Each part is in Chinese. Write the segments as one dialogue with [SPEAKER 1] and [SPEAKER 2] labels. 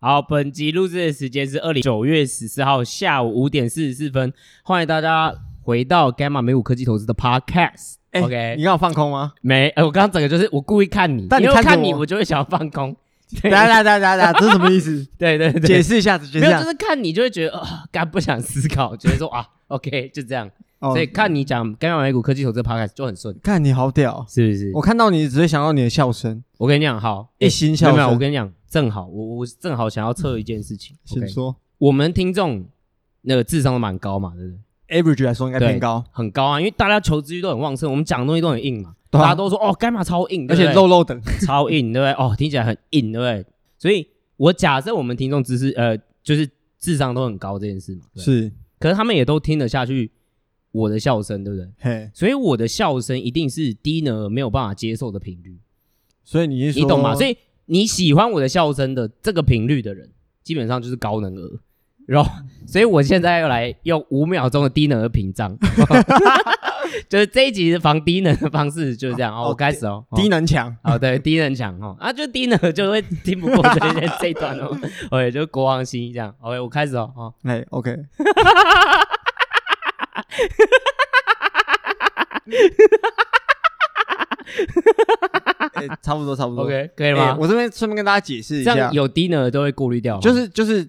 [SPEAKER 1] 好，本集录制的时间是二零九月十四号下午五点四十四分，欢迎大家回到 Gamma 美股科技投资的 Podcast。
[SPEAKER 2] 哎
[SPEAKER 1] OK，
[SPEAKER 2] 你看我放空 吗？
[SPEAKER 1] 没，哎我刚刚整个就是我故意看你，
[SPEAKER 2] 但你
[SPEAKER 1] 因为我
[SPEAKER 2] 看着
[SPEAKER 1] 看你，
[SPEAKER 2] 我
[SPEAKER 1] 我就会想要放 空。
[SPEAKER 2] 等一下等一下等一下等一下，这是什么意思？
[SPEAKER 1] 对 对对，
[SPEAKER 2] 解释一下子，解
[SPEAKER 1] 没
[SPEAKER 2] 释一
[SPEAKER 1] 有，
[SPEAKER 2] 下
[SPEAKER 1] 就。是看你就会觉得啊，干、不想思考，觉得说啊，OK，就这样。
[SPEAKER 2] 哦
[SPEAKER 1] 所以看你讲 Gamma 美股科技投资的 Podcast 就很顺，
[SPEAKER 2] 看你好屌，
[SPEAKER 1] 是不是？
[SPEAKER 2] 我看到你只会想到你的笑声，
[SPEAKER 1] 我跟你讲，好，
[SPEAKER 2] 哦一
[SPEAKER 1] 哎
[SPEAKER 2] 心
[SPEAKER 1] 没
[SPEAKER 2] 笑
[SPEAKER 1] 有没有，我
[SPEAKER 2] 声。
[SPEAKER 1] 跟你讲，正好我我正好想要测一件事情。
[SPEAKER 2] 请
[SPEAKER 1] OK
[SPEAKER 2] 说
[SPEAKER 1] 我们听众那个智商都蛮高嘛，对不对？
[SPEAKER 2] ，average 来说应该偏高，
[SPEAKER 1] 很高啊，因为大家求知欲都很旺盛，我们讲的东西都很硬嘛，
[SPEAKER 2] 对啊
[SPEAKER 1] 大家都说哦，干嘛超硬，
[SPEAKER 2] 而
[SPEAKER 1] 对不对
[SPEAKER 2] 且肉肉等。
[SPEAKER 1] 超硬，对不对？哦，听起来很硬，对不对？所以我假设我们听众知识呃，就是智商都很高这件事嘛，对不对
[SPEAKER 2] 是，
[SPEAKER 1] 可是他们也都听得下去我的笑声，对不对？
[SPEAKER 2] 嘿，
[SPEAKER 1] 所以我的笑声一定是低呢没有办法接受的频率，
[SPEAKER 2] 所以你是
[SPEAKER 1] 你
[SPEAKER 2] 说
[SPEAKER 1] 懂吗？所以你喜欢我的笑声的这个频率的人，基本上就是高能儿。然后，
[SPEAKER 2] 嗯
[SPEAKER 1] 所以我现在要来用五秒钟的低能儿屏 障，就是这一集防低能的方式就是这样哦。
[SPEAKER 2] 哦
[SPEAKER 1] 我开始哦，
[SPEAKER 2] 低能强
[SPEAKER 1] 哦，对，低能强哦，啊，就低能儿就会听不过这些这一段 哦。OK，就国王心这样。OK，我开始哦，哦，
[SPEAKER 2] 哎，OK，哎差不多差不多。
[SPEAKER 1] OK，可以
[SPEAKER 2] 哎
[SPEAKER 1] 吗？
[SPEAKER 2] 我这边顺便跟大家解释一
[SPEAKER 1] 这
[SPEAKER 2] 下
[SPEAKER 1] 样，有低能儿都会过滤掉吗，哦
[SPEAKER 2] 就是就是，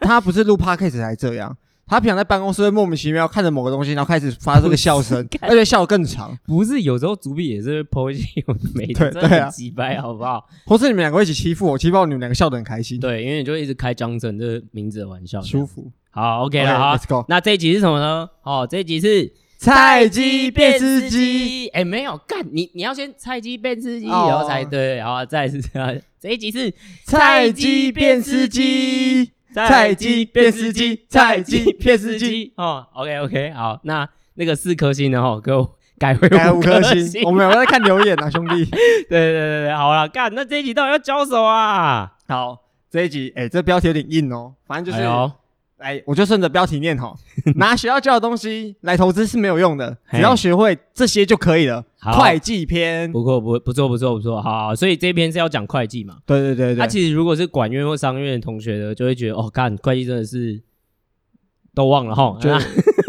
[SPEAKER 2] 他不是录 podcast 才这样，他平常在办公室会莫名其妙看着某个东西，然后开始发出个笑声，而且笑得更长。
[SPEAKER 1] 不是有时候主笔也是会剖一些有的没的，
[SPEAKER 2] 对
[SPEAKER 1] 真的
[SPEAKER 2] 对啊
[SPEAKER 1] 很鸡掰，好不好？
[SPEAKER 2] 或是你们两个一起欺负我，欺负到你们两个笑得很开心，
[SPEAKER 1] 对，因为你就一直开张震这个名字的玩笑。
[SPEAKER 2] 舒服。
[SPEAKER 1] 好，OK 了啊
[SPEAKER 2] OK，Let's。go。
[SPEAKER 1] 那这一集是什么呢？哦，这一集是
[SPEAKER 2] 菜鸡变司机，。
[SPEAKER 1] 哎、没有干，你你要先菜鸡变司机，
[SPEAKER 2] 哦
[SPEAKER 1] 然后才对，然后再是这样。这一集是
[SPEAKER 2] 菜鸡变司机，菜鸡变司机，菜鸡变司机。。
[SPEAKER 1] 哦，OK OK，好，那那个四颗星的哦，给我改回
[SPEAKER 2] 来
[SPEAKER 1] 五
[SPEAKER 2] 五颗
[SPEAKER 1] 星
[SPEAKER 2] 星，。我们有在看留言啊，兄弟。
[SPEAKER 1] 对对对对，好了，干，那这一集到底要交手啊？
[SPEAKER 2] 好，这一集，哎，这标题有点硬哦，反正就
[SPEAKER 1] 哎
[SPEAKER 2] 是，
[SPEAKER 1] 呦
[SPEAKER 2] 哎，我就顺着标题念 吼，拿学校教的东西来投资是没有用的，
[SPEAKER 1] 嘿
[SPEAKER 2] 只要学会这些就可以了。
[SPEAKER 1] 好
[SPEAKER 2] 会计篇，
[SPEAKER 1] 不过不不错不错不错，好，所以这篇是要讲会计嘛？
[SPEAKER 2] 对对对
[SPEAKER 1] 那、
[SPEAKER 2] 对，
[SPEAKER 1] 啊其实如果是管院或商院的同学呢，就会觉得哦，干会计真的是都忘了哈，
[SPEAKER 2] 就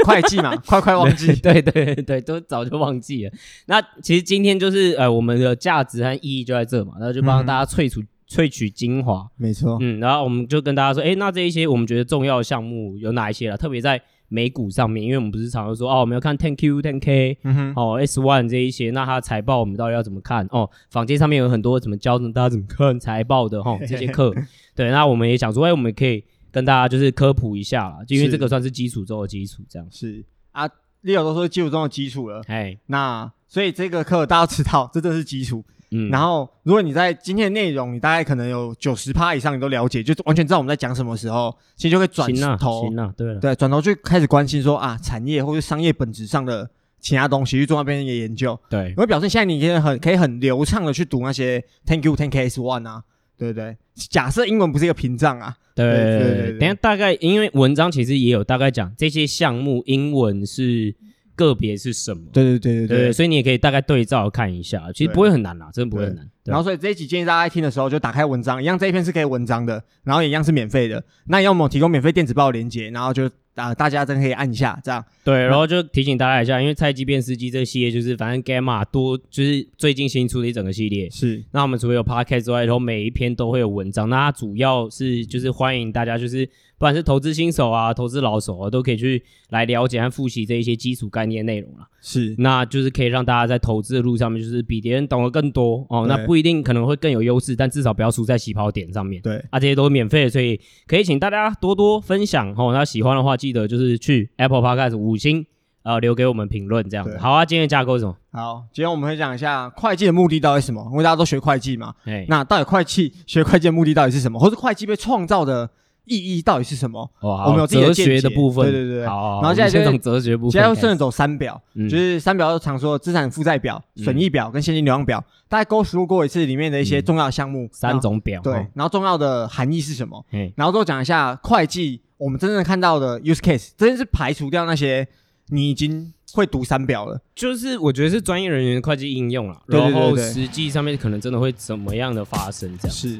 [SPEAKER 2] 会计 嘛，快快忘记。
[SPEAKER 1] 对对对对，都早就忘记了。那其实今天就是呃，我们的价值和意义就在这嘛，那就帮
[SPEAKER 2] 嗯哦
[SPEAKER 1] 大家萃取、萃取精华。
[SPEAKER 2] 没错，
[SPEAKER 1] 嗯，然后我们就跟大家说，哎，那这一些我们觉得重要的项目有哪一些啦？特别在美股上面，因为我们不是常常说哦，我们要看 Ten Q、Ten K。
[SPEAKER 2] 嗯哼，
[SPEAKER 1] 哦，S one 这一些，那它的财报我们到底要怎么看？哦，坊间上面有很多怎么教大家怎么 看财报的哈、哦，这些课。对，那我们也想说，哎，我们可以跟大家就是科普一下啦，就因为
[SPEAKER 2] 是
[SPEAKER 1] 这个算是基础中的基础，这样。
[SPEAKER 2] 是啊，Leo 都说基础中的基础了，
[SPEAKER 1] 哎，
[SPEAKER 2] 那所以这个课大家知道，这真的是基础。
[SPEAKER 1] 嗯，
[SPEAKER 2] 然后，如果你在今天的内容，你大概可能有九十趴以上，你都了解，就完全知道我们在讲什么时候，其实就会转
[SPEAKER 1] 行啦，
[SPEAKER 2] 头
[SPEAKER 1] 行，啦，对了，
[SPEAKER 2] 对，转头就开始关心说啊，产业或者商业本质上的其他东西，去做那边的研究，
[SPEAKER 1] 对
[SPEAKER 2] 因，为表示现在你可以很可以很流畅的去读那些 Thank you Thank S One 啊，对不对？假设英文不是一个屏障啊，
[SPEAKER 1] 对
[SPEAKER 2] 对对对
[SPEAKER 1] 等一下大概因为文章其实也有大概讲这些项目英文是个别是什么，
[SPEAKER 2] 对对对
[SPEAKER 1] 对所以你也可以大概对照看一下，其实
[SPEAKER 2] 对
[SPEAKER 1] 不会很难啦，真的不会很难。对啊
[SPEAKER 2] 然后，所以这一集建议大家在听的时候就打开文章，一样这一篇是可以文章的，然后也一样是免费的。那要我们提供免费电子报的连接，然后就啊、大家真可以按一下，这样
[SPEAKER 1] 对，然后就提醒大家一下，因为菜鸡变司机这个系列就是反正 Gamma 多就是最近新出的一整个系列。
[SPEAKER 2] 是
[SPEAKER 1] 那我们除了有 podcast 之外，然后每一篇都会有文章。那它主要是就是欢迎大家，就是不管是投资新手啊、投资老手啊，都可以去来了解和复习这一些基础概念内容啦。
[SPEAKER 2] 是
[SPEAKER 1] 嗯那就是可以让大家在投资的路上面，就是比别人懂得更多哦。
[SPEAKER 2] 对
[SPEAKER 1] 那不一定可能会更有优势，但至少不要输在起跑点上面。
[SPEAKER 2] 对，
[SPEAKER 1] 啊，这些都是免费的，所以可以请大家多多分享哦。那喜欢的话，记得就是去 Apple Podcast 五星呃留给我们评论这样子。
[SPEAKER 2] 对
[SPEAKER 1] 好啊，今天的架构是什么？
[SPEAKER 2] 好，今天我们会讲一下会计的目的到底是什么，因为大家都学会计嘛，
[SPEAKER 1] 哎，
[SPEAKER 2] 那到底会计学会计的目的到底是什么，或是会计被创造的意义到底是什么？
[SPEAKER 1] 哇
[SPEAKER 2] 我们有自己的
[SPEAKER 1] 哲
[SPEAKER 2] 见
[SPEAKER 1] 学的
[SPEAKER 2] 解
[SPEAKER 1] 部分，
[SPEAKER 2] 对对对对
[SPEAKER 1] 好好，好
[SPEAKER 2] 然后
[SPEAKER 1] 我们
[SPEAKER 2] 接下来
[SPEAKER 1] 先
[SPEAKER 2] 就是
[SPEAKER 1] 从哲学部分
[SPEAKER 2] 现
[SPEAKER 1] 开
[SPEAKER 2] 在
[SPEAKER 1] 始，
[SPEAKER 2] 顺着走三表，
[SPEAKER 1] 嗯
[SPEAKER 2] 就是三表常说资产负债表、损益表跟现金流量表，大概勾述过一次里面的一些重要项目，
[SPEAKER 1] 嗯三种表，
[SPEAKER 2] 然后
[SPEAKER 1] 哦
[SPEAKER 2] 对，，然后重要的含义是什么？
[SPEAKER 1] 嘿，
[SPEAKER 2] 然后都讲一下会计我们真正看到的 use case，真的是排除掉那些你已经会读三表了。
[SPEAKER 1] 就是我觉得是专业人员的会计应用啦，
[SPEAKER 2] 对对
[SPEAKER 1] 然
[SPEAKER 2] 对
[SPEAKER 1] 后
[SPEAKER 2] 对
[SPEAKER 1] 实际上面可能真的会怎么样的发生这样。
[SPEAKER 2] 是，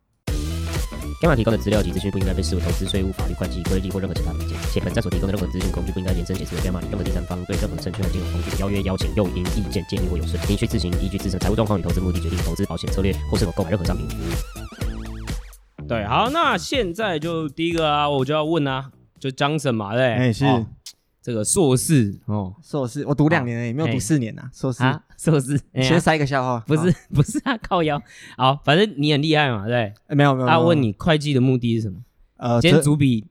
[SPEAKER 3] Gamma 提供的资料及资讯不应该被视为投资、税务、法律、会计、规例或任何其他意见，且本站所提供的任何资讯工具不应该延伸解释为 Gamma 任何第三方对任何证券和金融工具的邀约、邀请、诱因、意见、建议或有损，您需自行依据自身财务状况与投资目的决定投资、保险策略或是否购买任何商品、服务。
[SPEAKER 1] 对，好，那现在就第一个啊，我就要问啊，就 Johnson 嘛，对不对，
[SPEAKER 2] 哎是
[SPEAKER 1] 哦这个硕士哦
[SPEAKER 2] 硕士，我读两年而已，没有
[SPEAKER 1] 哎
[SPEAKER 2] 读四年呐。硕士，
[SPEAKER 1] 啊，硕士，哎呀
[SPEAKER 2] 先塞一个笑话，
[SPEAKER 1] 不是
[SPEAKER 2] 好
[SPEAKER 1] 不是啊，靠腰，好，反正你很厉害嘛，对
[SPEAKER 2] 哎没有没
[SPEAKER 1] 不
[SPEAKER 2] 有。
[SPEAKER 1] 对，他
[SPEAKER 2] 没有
[SPEAKER 1] 问你会计的目的是什么？
[SPEAKER 2] 呃，
[SPEAKER 1] 今天
[SPEAKER 2] 这
[SPEAKER 1] 主笔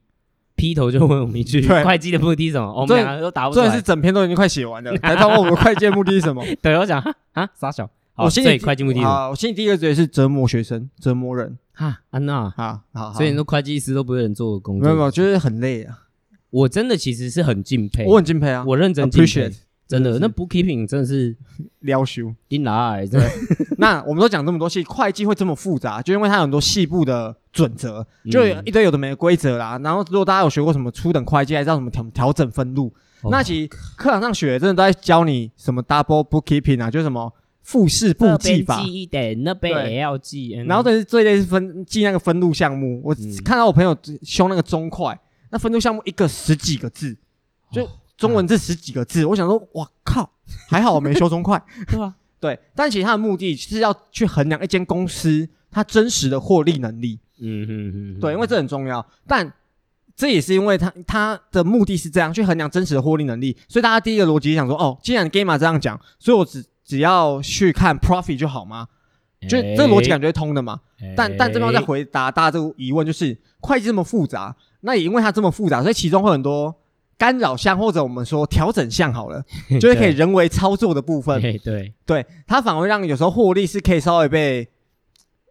[SPEAKER 1] 劈头就问我们一句，
[SPEAKER 2] 对
[SPEAKER 1] 会计的目的是什么？我们
[SPEAKER 2] 对
[SPEAKER 1] 两个都答不出
[SPEAKER 2] 虽然是
[SPEAKER 1] 来。
[SPEAKER 2] 整篇都已经快 写完了，还他问我们会计的目的是什么？
[SPEAKER 1] 对，我想哈啊，傻小， 好，
[SPEAKER 2] 我心里
[SPEAKER 1] 所以会计目的是什么？
[SPEAKER 2] 啊，我心里第一个觉得是折磨学生、折磨人
[SPEAKER 1] 哈，安娜，
[SPEAKER 2] 啊，好，好
[SPEAKER 1] 所以你说会计师都不是人做的工
[SPEAKER 2] 没有没
[SPEAKER 1] 作，
[SPEAKER 2] 有，就是很累啊，
[SPEAKER 1] 我真的其实是很敬佩，
[SPEAKER 2] 我很敬佩啊，
[SPEAKER 1] 我认真敬佩
[SPEAKER 2] appreciate，
[SPEAKER 1] 真的，
[SPEAKER 2] 是
[SPEAKER 1] 那 bookkeeping 真的是
[SPEAKER 2] 撩修。
[SPEAKER 1] 丁拉哎，真的，
[SPEAKER 2] 那我们都讲这么多细，会计会这么复杂，就因为它有很多细部的准则，就有一堆有的没的规则啦。然后如果大家有学过什么初等会计，还知道什么调调整分录，
[SPEAKER 1] 哦
[SPEAKER 2] 那其实课堂上学的真的都在教你什么 double bookkeeping 啊，就是什么复式簿
[SPEAKER 1] 这
[SPEAKER 2] 记
[SPEAKER 1] 边
[SPEAKER 2] 法。
[SPEAKER 1] 记一点，那边也要记，嗯
[SPEAKER 2] 然后但是最累是分记那个分录项目，我
[SPEAKER 1] 嗯
[SPEAKER 2] 看到我朋友修那个中快，那分录项目一个十几个字，就中文字十几个字，我想说，哇靠，还好我没修中快。
[SPEAKER 1] 对吧？
[SPEAKER 2] 对，啊但其实它的目的是要去衡量一间公司它真实的获利能力，
[SPEAKER 1] 嗯嗯嗯，
[SPEAKER 2] 对，因为这很重要。但这也是因为它它的目的是这样去衡量真实的获利能力，所以大家第一个逻辑想说，哦，既然 Gamma 这样讲，所以我只只要去看 profit 就好吗？就这个逻辑感觉是通的嘛。
[SPEAKER 1] 哎，
[SPEAKER 2] 但但这边要再回答大家这个疑问，就是会计这么复杂，那也因为它这么复杂，所以其中会有很多干扰项或者我们说调整项好了，就是可以人为操作的部分。
[SPEAKER 1] 对哎对，
[SPEAKER 2] 对，它反而会让有时候获利是可以稍微被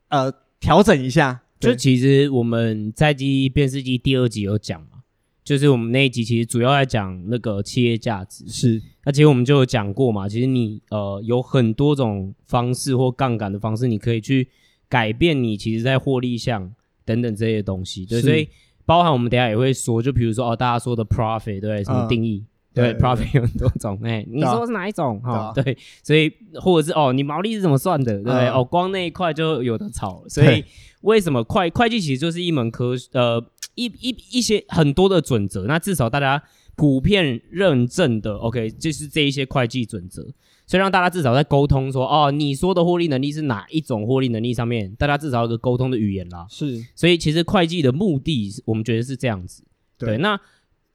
[SPEAKER 2] 呃调整一下。
[SPEAKER 1] 就
[SPEAKER 2] 对
[SPEAKER 1] 其实我们在机辨识机第二集有讲嘛，就是我们那一集其实主要在讲那个企业价值，
[SPEAKER 2] 是
[SPEAKER 1] 那其实我们就有讲过嘛，其实你呃有很多种方式或杠杆的方式，你可以去改变你其实在获利项等等这些东西，对，
[SPEAKER 2] 是
[SPEAKER 1] 所以包含我们等一下也会说，就比如说哦大家说的 profit 对什么
[SPEAKER 2] 嗯
[SPEAKER 1] 定义。
[SPEAKER 2] 对
[SPEAKER 1] 对
[SPEAKER 2] 对
[SPEAKER 1] ，profit 有很多种，哎，你
[SPEAKER 2] 对啊
[SPEAKER 1] 说是哪一种？哈，
[SPEAKER 2] 对啊
[SPEAKER 1] 对，所以或者是哦，你毛利是怎么算的？对不对，
[SPEAKER 2] 嗯
[SPEAKER 1] 哦，光那一块就有的吵了，所以
[SPEAKER 2] 对
[SPEAKER 1] 为什么会会计其实就是一门科呃一一一些很多的准则，那至少大家普遍认证的 OK 就是这一些会计准则，所以让大家至少在沟通说哦你说的获利能力是哪一种获利能力上面，大家至少有个沟通的语言啦。
[SPEAKER 2] 是，
[SPEAKER 1] 所以其实会计的目的是我们觉得是这样子，
[SPEAKER 2] 对
[SPEAKER 1] 对，那。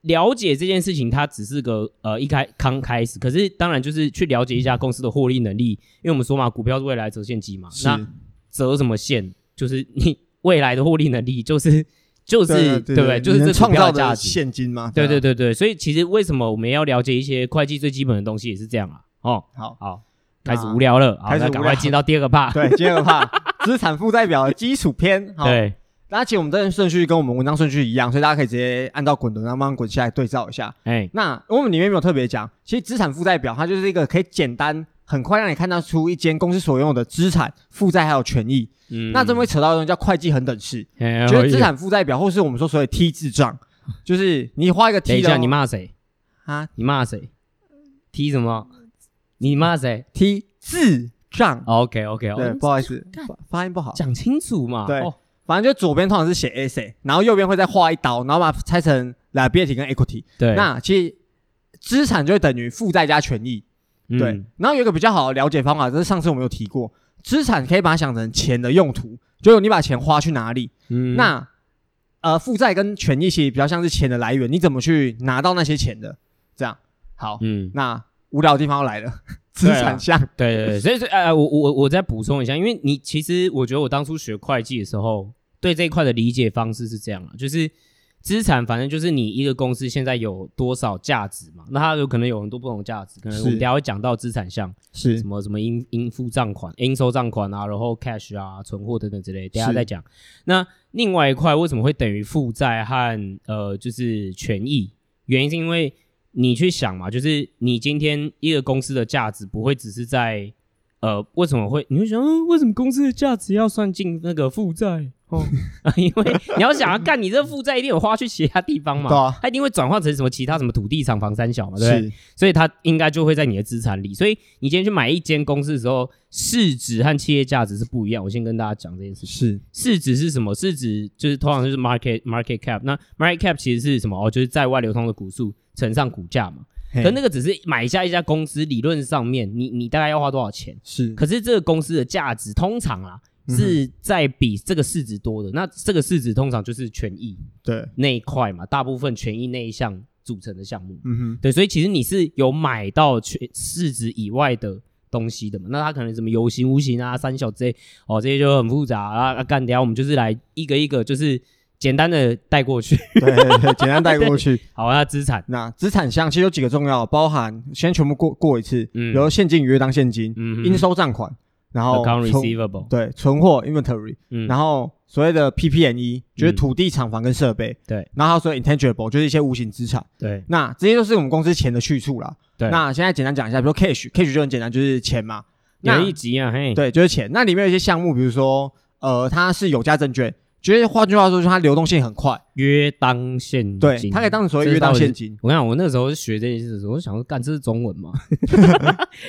[SPEAKER 1] 了解这件事情，它只是个呃一开刚开始，可是当然就是去了解一下公司的获利能力，因为我们说嘛，股票是未来折现机嘛，那
[SPEAKER 2] 是
[SPEAKER 1] 折什么线，就是你未来的获利能力，就是 就是
[SPEAKER 2] 对
[SPEAKER 1] 对不对？就是
[SPEAKER 2] 你能
[SPEAKER 1] 这股
[SPEAKER 2] 创
[SPEAKER 1] 票
[SPEAKER 2] 造
[SPEAKER 1] 的价
[SPEAKER 2] 的啊
[SPEAKER 1] 值。
[SPEAKER 2] 现金吗？
[SPEAKER 1] 对对
[SPEAKER 2] 对
[SPEAKER 1] 对对，所以其实为什么我们要了解一些会计最基本的东西也是这样啊？哦，
[SPEAKER 2] 啊，好，
[SPEAKER 1] 好，
[SPEAKER 2] 那
[SPEAKER 1] 开始无聊了，
[SPEAKER 2] 啊
[SPEAKER 1] 好，
[SPEAKER 2] 开始
[SPEAKER 1] 那
[SPEAKER 2] 无
[SPEAKER 1] 赶快
[SPEAKER 2] 聊
[SPEAKER 1] 进到第二个 part。
[SPEAKER 2] 对，第二怕资产负债表的基础篇，好，
[SPEAKER 1] 对，
[SPEAKER 2] 那其实我们这边顺序跟我们文章顺序一样，所以大家可以直接按照滚轮慢慢滚下来对照一下。
[SPEAKER 1] 哎，
[SPEAKER 2] 那我们里面没有特别讲，其实资产负债表它就是一个可以简单、很快让你看得出一间公司所拥有的资产、负债还有权益。
[SPEAKER 1] 嗯
[SPEAKER 2] 那这边会扯到一种叫会计恒等式，
[SPEAKER 1] 哎
[SPEAKER 2] 就是
[SPEAKER 1] 哎
[SPEAKER 2] 资产负债表，或是我们说所谓 T 字账，就是你画一个
[SPEAKER 1] 等
[SPEAKER 2] T
[SPEAKER 1] 一
[SPEAKER 2] 的
[SPEAKER 1] 下，你骂谁？
[SPEAKER 2] 啊
[SPEAKER 1] 你骂谁？T 什么？你骂谁
[SPEAKER 2] T 字账，
[SPEAKER 1] ？OK OK，
[SPEAKER 2] 对，
[SPEAKER 1] 哦，
[SPEAKER 2] 不好意思
[SPEAKER 1] 干，
[SPEAKER 2] 发发音不好。
[SPEAKER 1] 讲清楚嘛。
[SPEAKER 2] 对
[SPEAKER 1] 哦
[SPEAKER 2] 反正就左边通常是写 S，A，然后右边会再画一刀，然后把它拆成 liability 跟 equity。
[SPEAKER 1] 对，
[SPEAKER 2] 那其实资产就会等于负债加权益。
[SPEAKER 1] 嗯
[SPEAKER 2] 对，然后有一个比较好的了解方法，这是上次我们有提过，资产可以把它想成钱的用途，就是你把钱花去哪里。
[SPEAKER 1] 嗯
[SPEAKER 2] 那呃，负债跟权益其实比较像是钱的来源，你怎么去拿到那些钱的？这样好，
[SPEAKER 1] 嗯，
[SPEAKER 2] 那无聊的地方要来 了，资产项、
[SPEAKER 1] 对啊对对，所以说呃，我我我我再补充一下，因为你其实我觉得我当初学会计的时候，对这一块的理解方式是这样啊，就是资产反正就是你一个公司现在有多少价值嘛，那它有可能有很多不同的价值，可能
[SPEAKER 2] 是
[SPEAKER 1] 我们等一下会讲到资产项，
[SPEAKER 2] 是
[SPEAKER 1] 什么什么应应付账款、应收账款啊，然后 cash 啊、存货等等之类，等一下
[SPEAKER 2] 是
[SPEAKER 1] 再讲。那另外一块为什么会等于负债和呃就是权益？原因是因为你去想嘛，就是你今天一个公司的价值不会只是在呃，为什么会你会想、嗯，为什么公司的价值要算进那个负债？ 哦，啊因为你要想要啊干，你这负债一定有花去其他地方嘛，
[SPEAKER 2] 对啊
[SPEAKER 1] 它一定会转化成什么其他什么土地、厂房、三小嘛，对不对？
[SPEAKER 2] 是
[SPEAKER 1] 所以它应该就会在你的资产里。所以你今天去买一间公司的时候，市值和企业价值是不一样。我先跟大家讲这件事情。
[SPEAKER 2] 是
[SPEAKER 1] 市值是什么？市值就是通常就是 market market cap。那 market cap 其实是什么？哦，就是在外流通的股数乘上股价嘛。
[SPEAKER 2] 嘿
[SPEAKER 1] 可那个只是买下一家公司，理论上面你你大概要花多少钱？
[SPEAKER 2] 是
[SPEAKER 1] 可是这个公司的价值通常啦
[SPEAKER 2] 嗯哼
[SPEAKER 1] 是在比这个市值多的。那这个市值通常就是权益
[SPEAKER 2] 对，
[SPEAKER 1] 那一块嘛，大部分权益那一项组成的项目。
[SPEAKER 2] 嗯哼，
[SPEAKER 1] 对，所以其实你是有买到全市值以外的东西的嘛？那它可能什么有形、无形啊、三小之类，哦，这些就很复杂啊。啊干、等一下我们就是来一个一个，就是简单的带过去。
[SPEAKER 2] 对对对，简单带过去。
[SPEAKER 1] 好，啊那资产，
[SPEAKER 2] 那资产项其实有几个重要，包含先全部过过一次，比
[SPEAKER 1] 嗯
[SPEAKER 2] 如现金、约当现金、
[SPEAKER 1] 嗯
[SPEAKER 2] 应收账款，然后
[SPEAKER 1] account
[SPEAKER 2] 存
[SPEAKER 1] receivable，
[SPEAKER 2] 对存货 inventory，
[SPEAKER 1] 嗯，
[SPEAKER 2] 然后所谓的 PP&E E，就是
[SPEAKER 1] 嗯
[SPEAKER 2] 土地、厂房跟设备，
[SPEAKER 1] 对，
[SPEAKER 2] 然后还有所谓 intangible 就是一些无形资产。
[SPEAKER 1] 对
[SPEAKER 2] 那这些都是我们公司钱的去处啦。
[SPEAKER 1] 对
[SPEAKER 2] 那现在简单讲一下，比如说 cash，cash 就很简单，就是钱嘛。那
[SPEAKER 1] 有一集啊，嘿，
[SPEAKER 2] 对，就是钱。那里面有一些项目，比如说呃，它是有价证券，就是换句话说，就是它流动性很快，
[SPEAKER 1] 约当嗯现金，
[SPEAKER 2] 对，它可以当成所谓
[SPEAKER 1] 这
[SPEAKER 2] 约
[SPEAKER 1] 到
[SPEAKER 2] 当
[SPEAKER 1] 底
[SPEAKER 2] 现金。
[SPEAKER 1] 我跟你讲，我那时候学这件事的时候，我就想说，干这是中文 吗？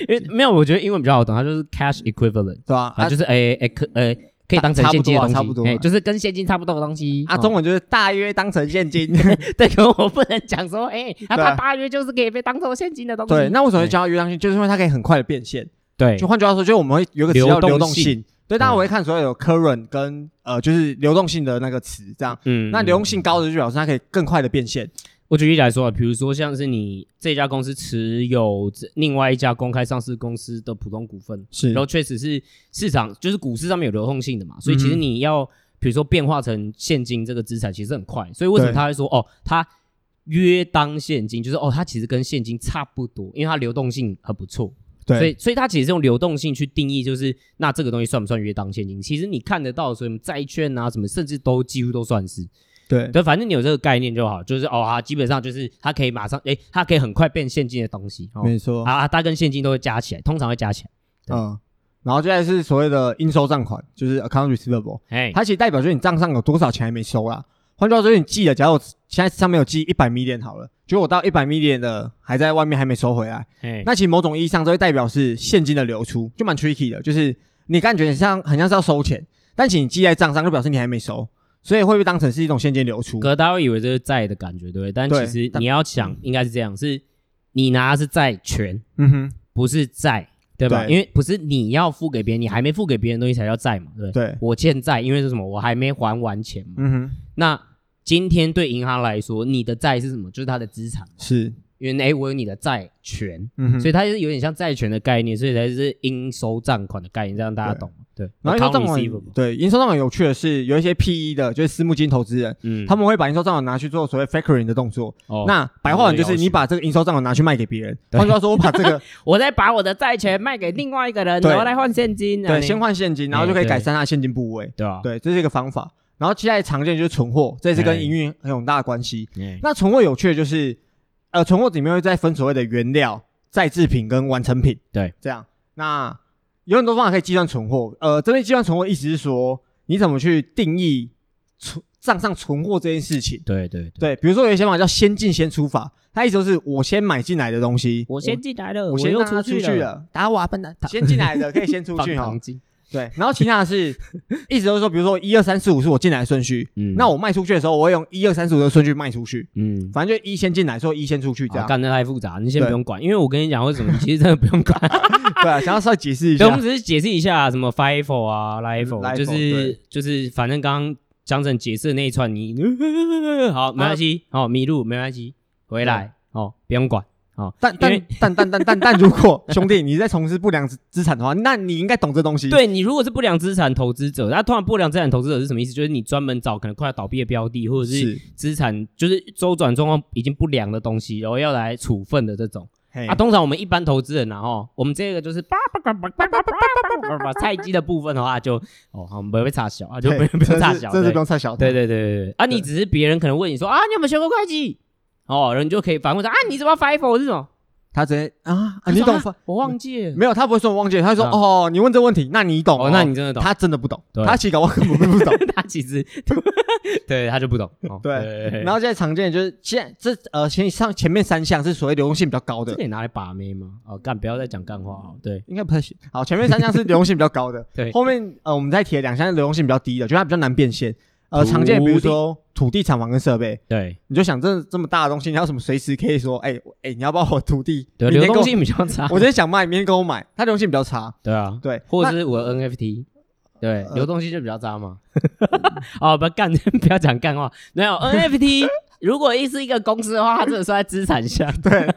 [SPEAKER 1] 因为没有，我觉得英文比较好懂，它就是 cash equivalent，
[SPEAKER 2] 对吧？
[SPEAKER 1] 啊，就是诶诶可诶可以当成
[SPEAKER 2] 差
[SPEAKER 1] 现金的
[SPEAKER 2] 差不多
[SPEAKER 1] 东西，
[SPEAKER 2] 啊差不多啊
[SPEAKER 1] 诶就是跟现金差不多的东西
[SPEAKER 2] 啊，
[SPEAKER 1] 哦
[SPEAKER 2] 中文就是大约当成现金。
[SPEAKER 1] 对，可我不能讲说，哎、那
[SPEAKER 2] 对啊
[SPEAKER 1] 它大约就是可以被当做现金的东西。
[SPEAKER 2] 对，那为什么会叫它约当现金？就是因为它可以很快的变现。
[SPEAKER 1] 对
[SPEAKER 2] 就换句话说，就是我们会有一个词
[SPEAKER 1] 流
[SPEAKER 2] 叫
[SPEAKER 1] 动
[SPEAKER 2] 流动
[SPEAKER 1] 性嗯
[SPEAKER 2] 性。对，大家我会看所谓有 current 跟呃，就是流动性的那个词这样。
[SPEAKER 1] 嗯
[SPEAKER 2] 那流动性高的就表示它可以更快的变现。
[SPEAKER 1] 我举例来说啊，比如说像是你这家公司持有这另外一家公开上市公司的普通股份，
[SPEAKER 2] 是
[SPEAKER 1] 然后确实是市场就是股市上面有流动性的嘛，所以其实
[SPEAKER 2] 嗯哼
[SPEAKER 1] 你要比如说变化成现金这个资产，其实很快。所以为什么
[SPEAKER 2] 对
[SPEAKER 1] 他会说哦，它约当现金，就是哦，它其实跟现金差不多，因为它流动性很不错。所以
[SPEAKER 2] 对，
[SPEAKER 1] 所以它其实用流动性去定义，就是那这个东西算不算约当现金？其实你看得到什么债券啊，什么甚至都几乎都算是。
[SPEAKER 2] 对，
[SPEAKER 1] 对，反正你有这个概念就好，就是哦啊，基本上就是它可以马上，诶，它可以很快变现金的东西。哦、
[SPEAKER 2] 没错。
[SPEAKER 1] 啊，它跟现金都会加起来，通常会加起来。对
[SPEAKER 2] 嗯，然后接下来是所谓的应收账款，就是 account receivable，
[SPEAKER 1] 哎，
[SPEAKER 2] 它其实代表就是你账上有多少钱还没收啦。换句话说，你记了，假如我现在上面有记一百 million 好了，结果我到一百 million 的还在外面还没收回来，
[SPEAKER 1] 哎，
[SPEAKER 2] 那其实某种意义上这会代表是现金的流出，就蛮 tricky 的，就是你感觉很像很像是要收钱，但请你记在账上，就表示你还没收，所以会被当成是一种现金流出。
[SPEAKER 1] 可大家会以为这是债的感觉，对不对？但
[SPEAKER 2] 对
[SPEAKER 1] 其实
[SPEAKER 2] 但
[SPEAKER 1] 你要想，应该是这样，是你拿的是债权，
[SPEAKER 2] 嗯哼，
[SPEAKER 1] 不是债，对吧？
[SPEAKER 2] 对
[SPEAKER 1] 因为不是你要付给别人，你还没付给别人的东西才叫债嘛，对不对？
[SPEAKER 2] 对，
[SPEAKER 1] 我欠债，因为是什么？我还没还完钱嘛。
[SPEAKER 2] 嗯哼，
[SPEAKER 1] 那今天对银行来说，你的债是什么？就是它的资产，
[SPEAKER 2] 是，
[SPEAKER 1] 因为哎，诶我有你的债权，
[SPEAKER 2] 嗯哼，
[SPEAKER 1] 所以它是有点像债权的概念，所以才是应收账款的概念，这样大家懂吗？对，
[SPEAKER 2] 然后应收
[SPEAKER 1] Account
[SPEAKER 2] 账款
[SPEAKER 1] receivable，
[SPEAKER 2] 对应收账款有趣的是，有一些 PE 的，就是私募基金投资人，
[SPEAKER 1] 嗯，
[SPEAKER 2] 他们会把应收账款拿去做所谓 factoring 的动作。
[SPEAKER 1] 哦
[SPEAKER 2] 那白话文就
[SPEAKER 1] 他
[SPEAKER 2] 是
[SPEAKER 1] 们会要
[SPEAKER 2] 你把这个应收账款拿去卖给别人。
[SPEAKER 1] 对
[SPEAKER 2] 换句话说，我把这 个
[SPEAKER 1] 我再把我的债权卖给另外一个人，
[SPEAKER 2] 对
[SPEAKER 1] 然后来换现金，这
[SPEAKER 2] 对
[SPEAKER 1] 样
[SPEAKER 2] 先换现金，然后就可以
[SPEAKER 1] 哎
[SPEAKER 2] 改善它的现金部位。
[SPEAKER 1] 对吧？
[SPEAKER 2] 对，这是一个方法。然后接下来常见就是存货，这也是
[SPEAKER 1] 哎
[SPEAKER 2] 跟营运很有很大的关系。
[SPEAKER 1] 对，
[SPEAKER 2] 那存货有趣的就是，呃，存货里面会再分所谓的原料、再制品跟完成品。
[SPEAKER 1] 对，
[SPEAKER 2] 这样那有很多方法可以计算存货。呃，这边计算存货意思是说，你怎么去定义存账上存货这件事情？
[SPEAKER 1] 对对对，
[SPEAKER 2] 对，比如说有一些方法叫先进先出法，它意思就是我先买进来的东西，
[SPEAKER 1] 我先进来了，
[SPEAKER 2] 我先
[SPEAKER 1] 又
[SPEAKER 2] 让它出去
[SPEAKER 1] 了，
[SPEAKER 2] 了，打我啊笨蛋！先进来的可以先出
[SPEAKER 1] 放
[SPEAKER 2] 去哈
[SPEAKER 1] 黄，金，
[SPEAKER 2] 对。然后其他的是， 意思就是说，比如说一二三四五是我进来的顺序，
[SPEAKER 1] 嗯
[SPEAKER 2] 那我卖出去的时候，我会用一二三四五的顺序卖出去，
[SPEAKER 1] 嗯。
[SPEAKER 2] 反正就一先进来，说一先出去这
[SPEAKER 1] 啊
[SPEAKER 2] 样。
[SPEAKER 1] 干的太复杂，你先不
[SPEAKER 2] 对
[SPEAKER 1] 用管，因为我跟你讲为什么，你其实真的不用管，
[SPEAKER 2] 对啊，想要稍微解释一
[SPEAKER 1] 对，我们
[SPEAKER 2] 下，
[SPEAKER 1] 只是解释一下什么 FIFO 啊、LIFO，
[SPEAKER 2] LIFO
[SPEAKER 1] 就是
[SPEAKER 2] 对
[SPEAKER 1] 就是，反正刚刚江晨解释的那一串，你好没关系，哦，迷路没关系，回来哦，不用管。
[SPEAKER 2] 但
[SPEAKER 1] 因
[SPEAKER 2] 但
[SPEAKER 1] 为
[SPEAKER 2] 但但但但但，如果兄弟你在从事不良资资产的话，那你应该懂这东西。
[SPEAKER 1] 对你如果是不良资产投资者，那通常不良资产投资者是什么意思？就是你专门找可能快要倒闭的标的，或者是
[SPEAKER 2] 是，
[SPEAKER 1] 资产就是周转状况已经不良的东西，然后要来处分的这种。
[SPEAKER 2] 嘿
[SPEAKER 1] 啊， 通常我们一般投资人啊，哦，我们这个就是叭叭叭叭叭叭叭叭叭叭菜鸡的部分的话，就哦，好，我们不会差小啊，就不
[SPEAKER 2] 嘿
[SPEAKER 1] 用不
[SPEAKER 2] 这
[SPEAKER 1] 用差
[SPEAKER 2] 是
[SPEAKER 1] 小，
[SPEAKER 2] 这
[SPEAKER 1] 对
[SPEAKER 2] 是不用差小。
[SPEAKER 1] 对对对对对，啊，你
[SPEAKER 2] 哦对
[SPEAKER 1] 只是别人可能问你说啊，你有没有学过会计？哦，然后你就可以反问他啊，你怎么发 F 这种？
[SPEAKER 2] 他直接啊，啊
[SPEAKER 1] 他
[SPEAKER 2] 你
[SPEAKER 1] 说
[SPEAKER 2] 懂
[SPEAKER 1] 啊
[SPEAKER 2] 法？
[SPEAKER 1] 我忘记了。
[SPEAKER 2] 没有，他不会说我忘记了，他会说
[SPEAKER 1] 啊
[SPEAKER 2] 哦，你问这问题，那你懂
[SPEAKER 1] 哦，那你真的懂。
[SPEAKER 2] 他真的不懂，
[SPEAKER 1] 对
[SPEAKER 2] 他其实搞我根本不懂。
[SPEAKER 1] 他其实 对他就不懂。哦
[SPEAKER 2] 对
[SPEAKER 1] 对
[SPEAKER 2] 然后现在常见的就是现在这呃前上前面三项是所谓流动性比较高
[SPEAKER 1] 这
[SPEAKER 2] 的
[SPEAKER 1] 可，以拿来把妹吗？哦，干，不要再讲干话哦。对，
[SPEAKER 2] 应该不太行。好，前面三项是流动性比较高的，
[SPEAKER 1] 对
[SPEAKER 2] 后面呃我们再提的两项是流动性比较低的，就它比较难变现。呃，
[SPEAKER 1] 土
[SPEAKER 2] 常见比如
[SPEAKER 1] 地
[SPEAKER 2] 说土地、厂房跟设备，
[SPEAKER 1] 对
[SPEAKER 2] 你就想这这么大的东西，你要什么随时可以说，哎我哎，你要不要我土地？
[SPEAKER 1] 对，流
[SPEAKER 2] 明天跟
[SPEAKER 1] 动
[SPEAKER 2] 我，
[SPEAKER 1] 性比较差。
[SPEAKER 2] 我今天想卖，明天跟我买，它流动性比较差。
[SPEAKER 1] 对啊，
[SPEAKER 2] 对，
[SPEAKER 1] 或
[SPEAKER 2] 那
[SPEAKER 1] 者是我的 NFT，对，
[SPEAKER 2] 呃
[SPEAKER 1] 流动性就比较渣嘛。 哦，不要干， 不要讲干话。没有 NFT，如果一是一个公司的话，它真的算在资产项，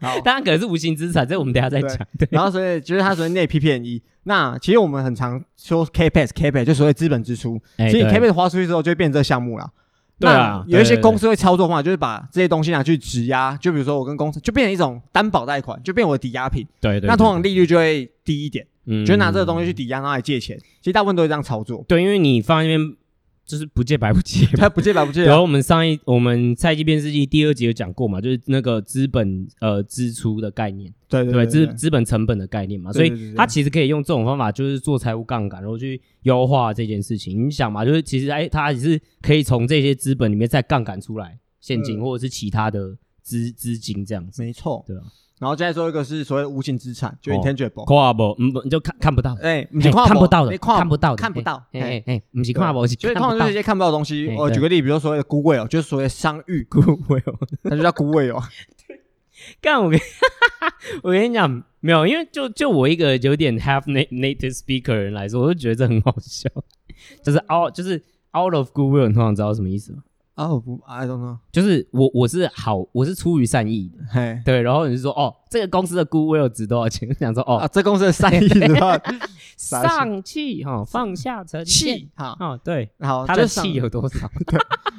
[SPEAKER 2] 好
[SPEAKER 1] 当然可能是无形资产，这我们等一下再
[SPEAKER 2] 对
[SPEAKER 1] 讲。对，
[SPEAKER 2] 然后所以就是它所谓内 PP&E。那其实我们很常说 CapEx、CapEx 就所谓资本支出，
[SPEAKER 1] 哎
[SPEAKER 2] 其实你
[SPEAKER 1] 对
[SPEAKER 2] CapEx 花出去之后就会变成这个项目啦。
[SPEAKER 1] 对啊
[SPEAKER 2] 那有一些
[SPEAKER 1] 对对对
[SPEAKER 2] 公司会操作的话，就是把这些东西拿去质押，就比如说我跟公司就变成一种担保贷款，就变我的抵押品。
[SPEAKER 1] 对对，
[SPEAKER 2] 那通常利率就会低一点，
[SPEAKER 1] 常
[SPEAKER 2] 就拿这个东
[SPEAKER 1] 西，，
[SPEAKER 2] 西去抵押，然后来借钱。其实大部分都会这样操作
[SPEAKER 1] 对，因为你放在那边就是不借白不借 嘛
[SPEAKER 2] 他不借白不借
[SPEAKER 1] 然
[SPEAKER 2] 啊。
[SPEAKER 1] 后我们上一我们赛季变世纪第二集有讲过嘛，就是那个资本呃支出的概念，
[SPEAKER 2] 对
[SPEAKER 1] 对不对
[SPEAKER 2] 对对
[SPEAKER 1] 资
[SPEAKER 2] 对，
[SPEAKER 1] 资本成本的概念嘛，
[SPEAKER 2] 对
[SPEAKER 1] 所
[SPEAKER 2] 对对
[SPEAKER 1] 以
[SPEAKER 2] 对
[SPEAKER 1] 它其实可以用这种方法，就是做财务杠杆，然后去优化这件事情。你想嘛，就是其实哎，它也是可以从这些资本里面再杠杆出来现金、
[SPEAKER 2] 嗯
[SPEAKER 1] 或者是其他的资资金这样子。
[SPEAKER 2] 没错。
[SPEAKER 1] 对啊，
[SPEAKER 2] 然后再说一个是所谓无形资产，就
[SPEAKER 1] 哦
[SPEAKER 2] intangible。
[SPEAKER 1] 跨不嗯不你就看看不到，
[SPEAKER 2] 哎，你
[SPEAKER 1] 哎看不到
[SPEAKER 2] 你
[SPEAKER 1] 的，
[SPEAKER 2] 看
[SPEAKER 1] 看不到的，
[SPEAKER 2] 看不到。
[SPEAKER 1] 哎
[SPEAKER 2] 哎
[SPEAKER 1] 哎哎，不是跨不，是
[SPEAKER 2] 所以
[SPEAKER 1] 看
[SPEAKER 2] 通
[SPEAKER 1] 不
[SPEAKER 2] 常就
[SPEAKER 1] 到
[SPEAKER 2] 是一。些看不到的东西
[SPEAKER 1] 哎。
[SPEAKER 2] 我
[SPEAKER 1] 对
[SPEAKER 2] 举个例，比如所谓的 Google，就是所谓的商誉，
[SPEAKER 1] 我有
[SPEAKER 2] 它就叫哦 Google。
[SPEAKER 1] 干我跟，我跟你讲，没有，因为就就我一个有点 half na- native speaker 的人来说，我就觉得这很好笑，就是 out 就是 out of goodwill，你通常知道什么意思吗？
[SPEAKER 2] 哦，不，I don't know。
[SPEAKER 1] 就是我我是好，我是出于善意的，
[SPEAKER 2] 嘿，
[SPEAKER 1] 对，然后你就说哦，这个公司的 goodwill 值多少钱？ 我想说
[SPEAKER 2] 啊，
[SPEAKER 1] 哦，
[SPEAKER 2] 这公司的善意的 话，傻笑
[SPEAKER 1] 上气哈、哦，放下成见
[SPEAKER 2] 气哈，
[SPEAKER 1] 哦，对，
[SPEAKER 2] 好，
[SPEAKER 1] 他的
[SPEAKER 2] 就是上
[SPEAKER 1] 气 有 多少？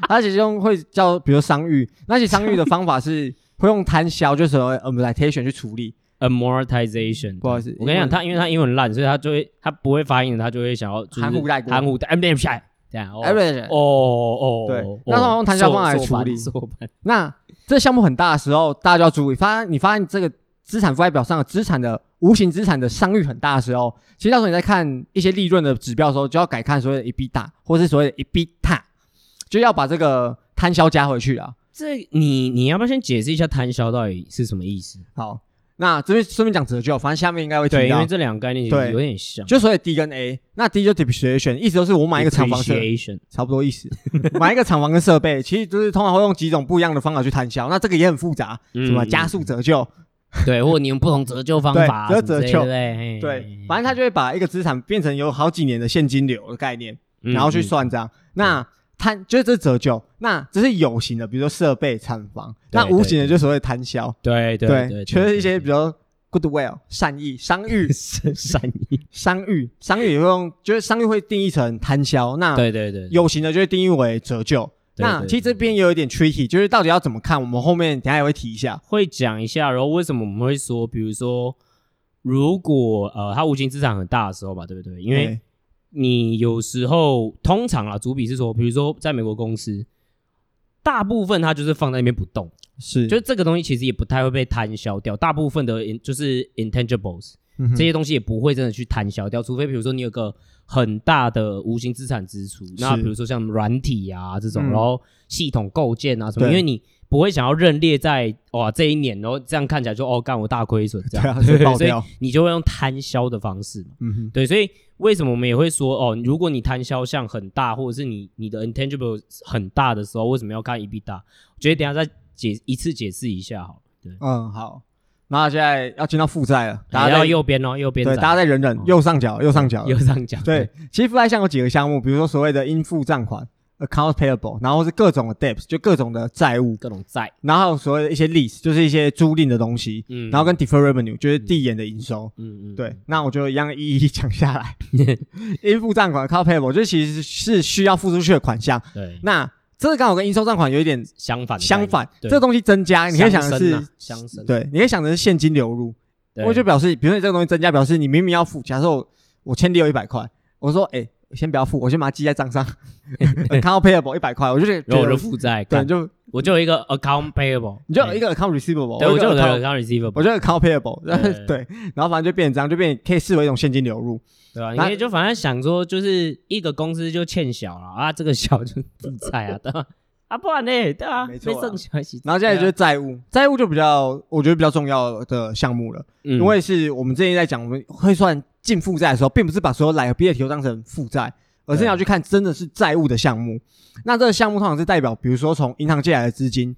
[SPEAKER 2] 它其实用会叫，比如商誉，那些商誉的方法是会用摊销，就是所谓 amortization 去处理。
[SPEAKER 1] amortization。
[SPEAKER 2] 不好意思
[SPEAKER 1] 我跟你讲，
[SPEAKER 2] 英文
[SPEAKER 1] 他因为他英文烂，所以他就会他不会发音，他就会想要就是
[SPEAKER 2] 含糊带过
[SPEAKER 1] 含糊带哎 M M 下这样。哦
[SPEAKER 2] average，
[SPEAKER 1] 哦哦，
[SPEAKER 2] 对
[SPEAKER 1] 哦
[SPEAKER 2] 那他们用谈笑方来处理
[SPEAKER 1] 做做版
[SPEAKER 2] 那这项目很大的时候，大家就要注意，发你发现这个资产负债表上的资产的无形资产的商誉很大的时候，其实到时候你在看一些利润的指标的时候，就要改看所谓的 EBITDA 或是所谓的 EBITDA，就要把这个摊销加回去啊。
[SPEAKER 1] 这你你要不要先解释一下摊销到底是什么意思？
[SPEAKER 2] 好，那这边顺便讲折旧，反正下面应该会提
[SPEAKER 1] 对，因
[SPEAKER 2] 到
[SPEAKER 1] 为。这两个概念其实
[SPEAKER 2] 对
[SPEAKER 1] 有点像。
[SPEAKER 2] 就所谓 D 跟 A，那 D 就 depreciation，意思就是我买一个厂房设
[SPEAKER 1] Depreciation
[SPEAKER 2] 差不多意思。买一个厂房跟设备，其实就是通常会用几种不一样的方法去摊销。那这个也很复杂，
[SPEAKER 1] 嗯
[SPEAKER 2] 什么加速折旧，
[SPEAKER 1] 对，或你用不同折旧方法啊，什
[SPEAKER 2] 对
[SPEAKER 1] 么之类
[SPEAKER 2] 折旧
[SPEAKER 1] 的哎对不对，
[SPEAKER 2] 对，反正它就会把一个资产变成有好几年的现金流的概念，
[SPEAKER 1] 正
[SPEAKER 2] 然后去算账。
[SPEAKER 1] 嗯
[SPEAKER 2] 那摊就是这是折旧，那这是有形的，比如说设备、厂房；
[SPEAKER 1] 对
[SPEAKER 2] 那无形的就所谓摊销，
[SPEAKER 1] 对对对，
[SPEAKER 2] 缺一些比
[SPEAKER 1] 较、
[SPEAKER 2] 较 goodwill 善意、商誉
[SPEAKER 1] 善意。
[SPEAKER 2] 商誉、商誉也会用，就是商誉会定义成摊销。那
[SPEAKER 1] 对对对，
[SPEAKER 2] 有形的就会定义为折旧。
[SPEAKER 1] 对
[SPEAKER 2] 那
[SPEAKER 1] 对
[SPEAKER 2] 其实这边也有一点 tricky，就是到底要怎么看，我们后面等一下也会提一下。
[SPEAKER 1] 会讲一下，然后为什么我们会说，比如说，如果呃，它无形资产很大的时候吧，对不对？因为
[SPEAKER 2] 对
[SPEAKER 1] 你有时候通常啊，主笔是说，比如说在美国公司，大部分它就是放在那边不动，
[SPEAKER 2] 是
[SPEAKER 1] 就这个东西其实也不太会被摊销掉，大部分的 in- 就是 intangibles
[SPEAKER 2] 嗯哼
[SPEAKER 1] 这些东西也不会真的去摊销掉，除非比如说你有个很大的无形资产支出，那比如说像软体啊这种，
[SPEAKER 2] 嗯
[SPEAKER 1] 然后系统构建啊什么，
[SPEAKER 2] 对
[SPEAKER 1] 因为你不会想要认列在哇这一年，然后这样看起来就哦干我大亏损这
[SPEAKER 2] 对
[SPEAKER 1] 样，
[SPEAKER 2] 啊，是爆
[SPEAKER 1] 所以
[SPEAKER 2] 掉。
[SPEAKER 1] 你就会用摊销的方式嘛。
[SPEAKER 2] 嗯哼，
[SPEAKER 1] 对，所以为什么我们也会说哦，如果你摊销项很大，或者是你你的 intangible 很大的时候，为什么要看 EBITDA？我觉得等一下再解一次解释一下好了。对，
[SPEAKER 2] 嗯好。那现在要进到负债了，大
[SPEAKER 1] 你
[SPEAKER 2] 家
[SPEAKER 1] 要
[SPEAKER 2] 在
[SPEAKER 1] 右边哦，右边
[SPEAKER 2] 对，
[SPEAKER 1] 展
[SPEAKER 2] 大家再忍忍
[SPEAKER 1] 哦，
[SPEAKER 2] 右上角，右上角，
[SPEAKER 1] 右嗯上角
[SPEAKER 2] 对，其实负债项有几个项目，比如说所谓的应付账款 （accounts payable），然后是各种的 debts，就各种的债务，
[SPEAKER 1] 各种债，
[SPEAKER 2] 然后还有所谓的一些 lease，就是一些租赁的东西，
[SPEAKER 1] 嗯
[SPEAKER 2] 然后跟 deferred revenue，就是递延的营收。
[SPEAKER 1] 嗯嗯，
[SPEAKER 2] 对，那我就一样一一讲 下来。应付账款 （account payable） 就其实是需要付出去的款项，
[SPEAKER 1] 对，
[SPEAKER 2] 那这个刚好跟应收账款有一点
[SPEAKER 1] 相反的概
[SPEAKER 2] 相
[SPEAKER 1] 念
[SPEAKER 2] 反，
[SPEAKER 1] 对
[SPEAKER 2] 这个东西增加，你可以想的
[SPEAKER 1] 相生
[SPEAKER 2] 是
[SPEAKER 1] 啊，相生，
[SPEAKER 2] 对，你可以想的是现金流入，
[SPEAKER 1] 对，
[SPEAKER 2] 我就表示，比如说你这个东西增加，表示你明明要付，假设我我欠你有一百块，我说哎、 先不要付，我先把它记在账上，account payable 一百块，我就觉得
[SPEAKER 1] 然后我就
[SPEAKER 2] 觉得
[SPEAKER 1] 负债，
[SPEAKER 2] 对，
[SPEAKER 1] 干
[SPEAKER 2] 就
[SPEAKER 1] 我就有一个 account payable，
[SPEAKER 2] 你就有
[SPEAKER 1] 哎
[SPEAKER 2] 一个 account receivable，
[SPEAKER 1] 对，我
[SPEAKER 2] 一
[SPEAKER 1] 就有
[SPEAKER 2] 个
[SPEAKER 1] 个
[SPEAKER 2] account-
[SPEAKER 1] account receivable，
[SPEAKER 2] 我就有 account payable，然后
[SPEAKER 1] 对
[SPEAKER 2] 对，然后反正就变成这样，就变可以视为一种现金流入。
[SPEAKER 1] 对吧、啊？你
[SPEAKER 2] 那
[SPEAKER 1] 可以就反正想说，就是一个公司就欠小了啊，这个小就负债 啊，对吧？啊，不然呢，对啊，
[SPEAKER 2] 没
[SPEAKER 1] 被
[SPEAKER 2] 错啊
[SPEAKER 1] 剩小一起，
[SPEAKER 2] 然后接下来就是
[SPEAKER 1] 对啊
[SPEAKER 2] 债务，债务就比较我觉得比较重要的项目了。
[SPEAKER 1] 嗯
[SPEAKER 2] 因为是我们之前在讲，我们会算净负债的时候，并不是把所有 liability 都当成负债，而是
[SPEAKER 1] 对
[SPEAKER 2] 要去看真的是债务的项目。
[SPEAKER 1] 嗯
[SPEAKER 2] 那这个项目通常是代表，比如说从银行借来的资金，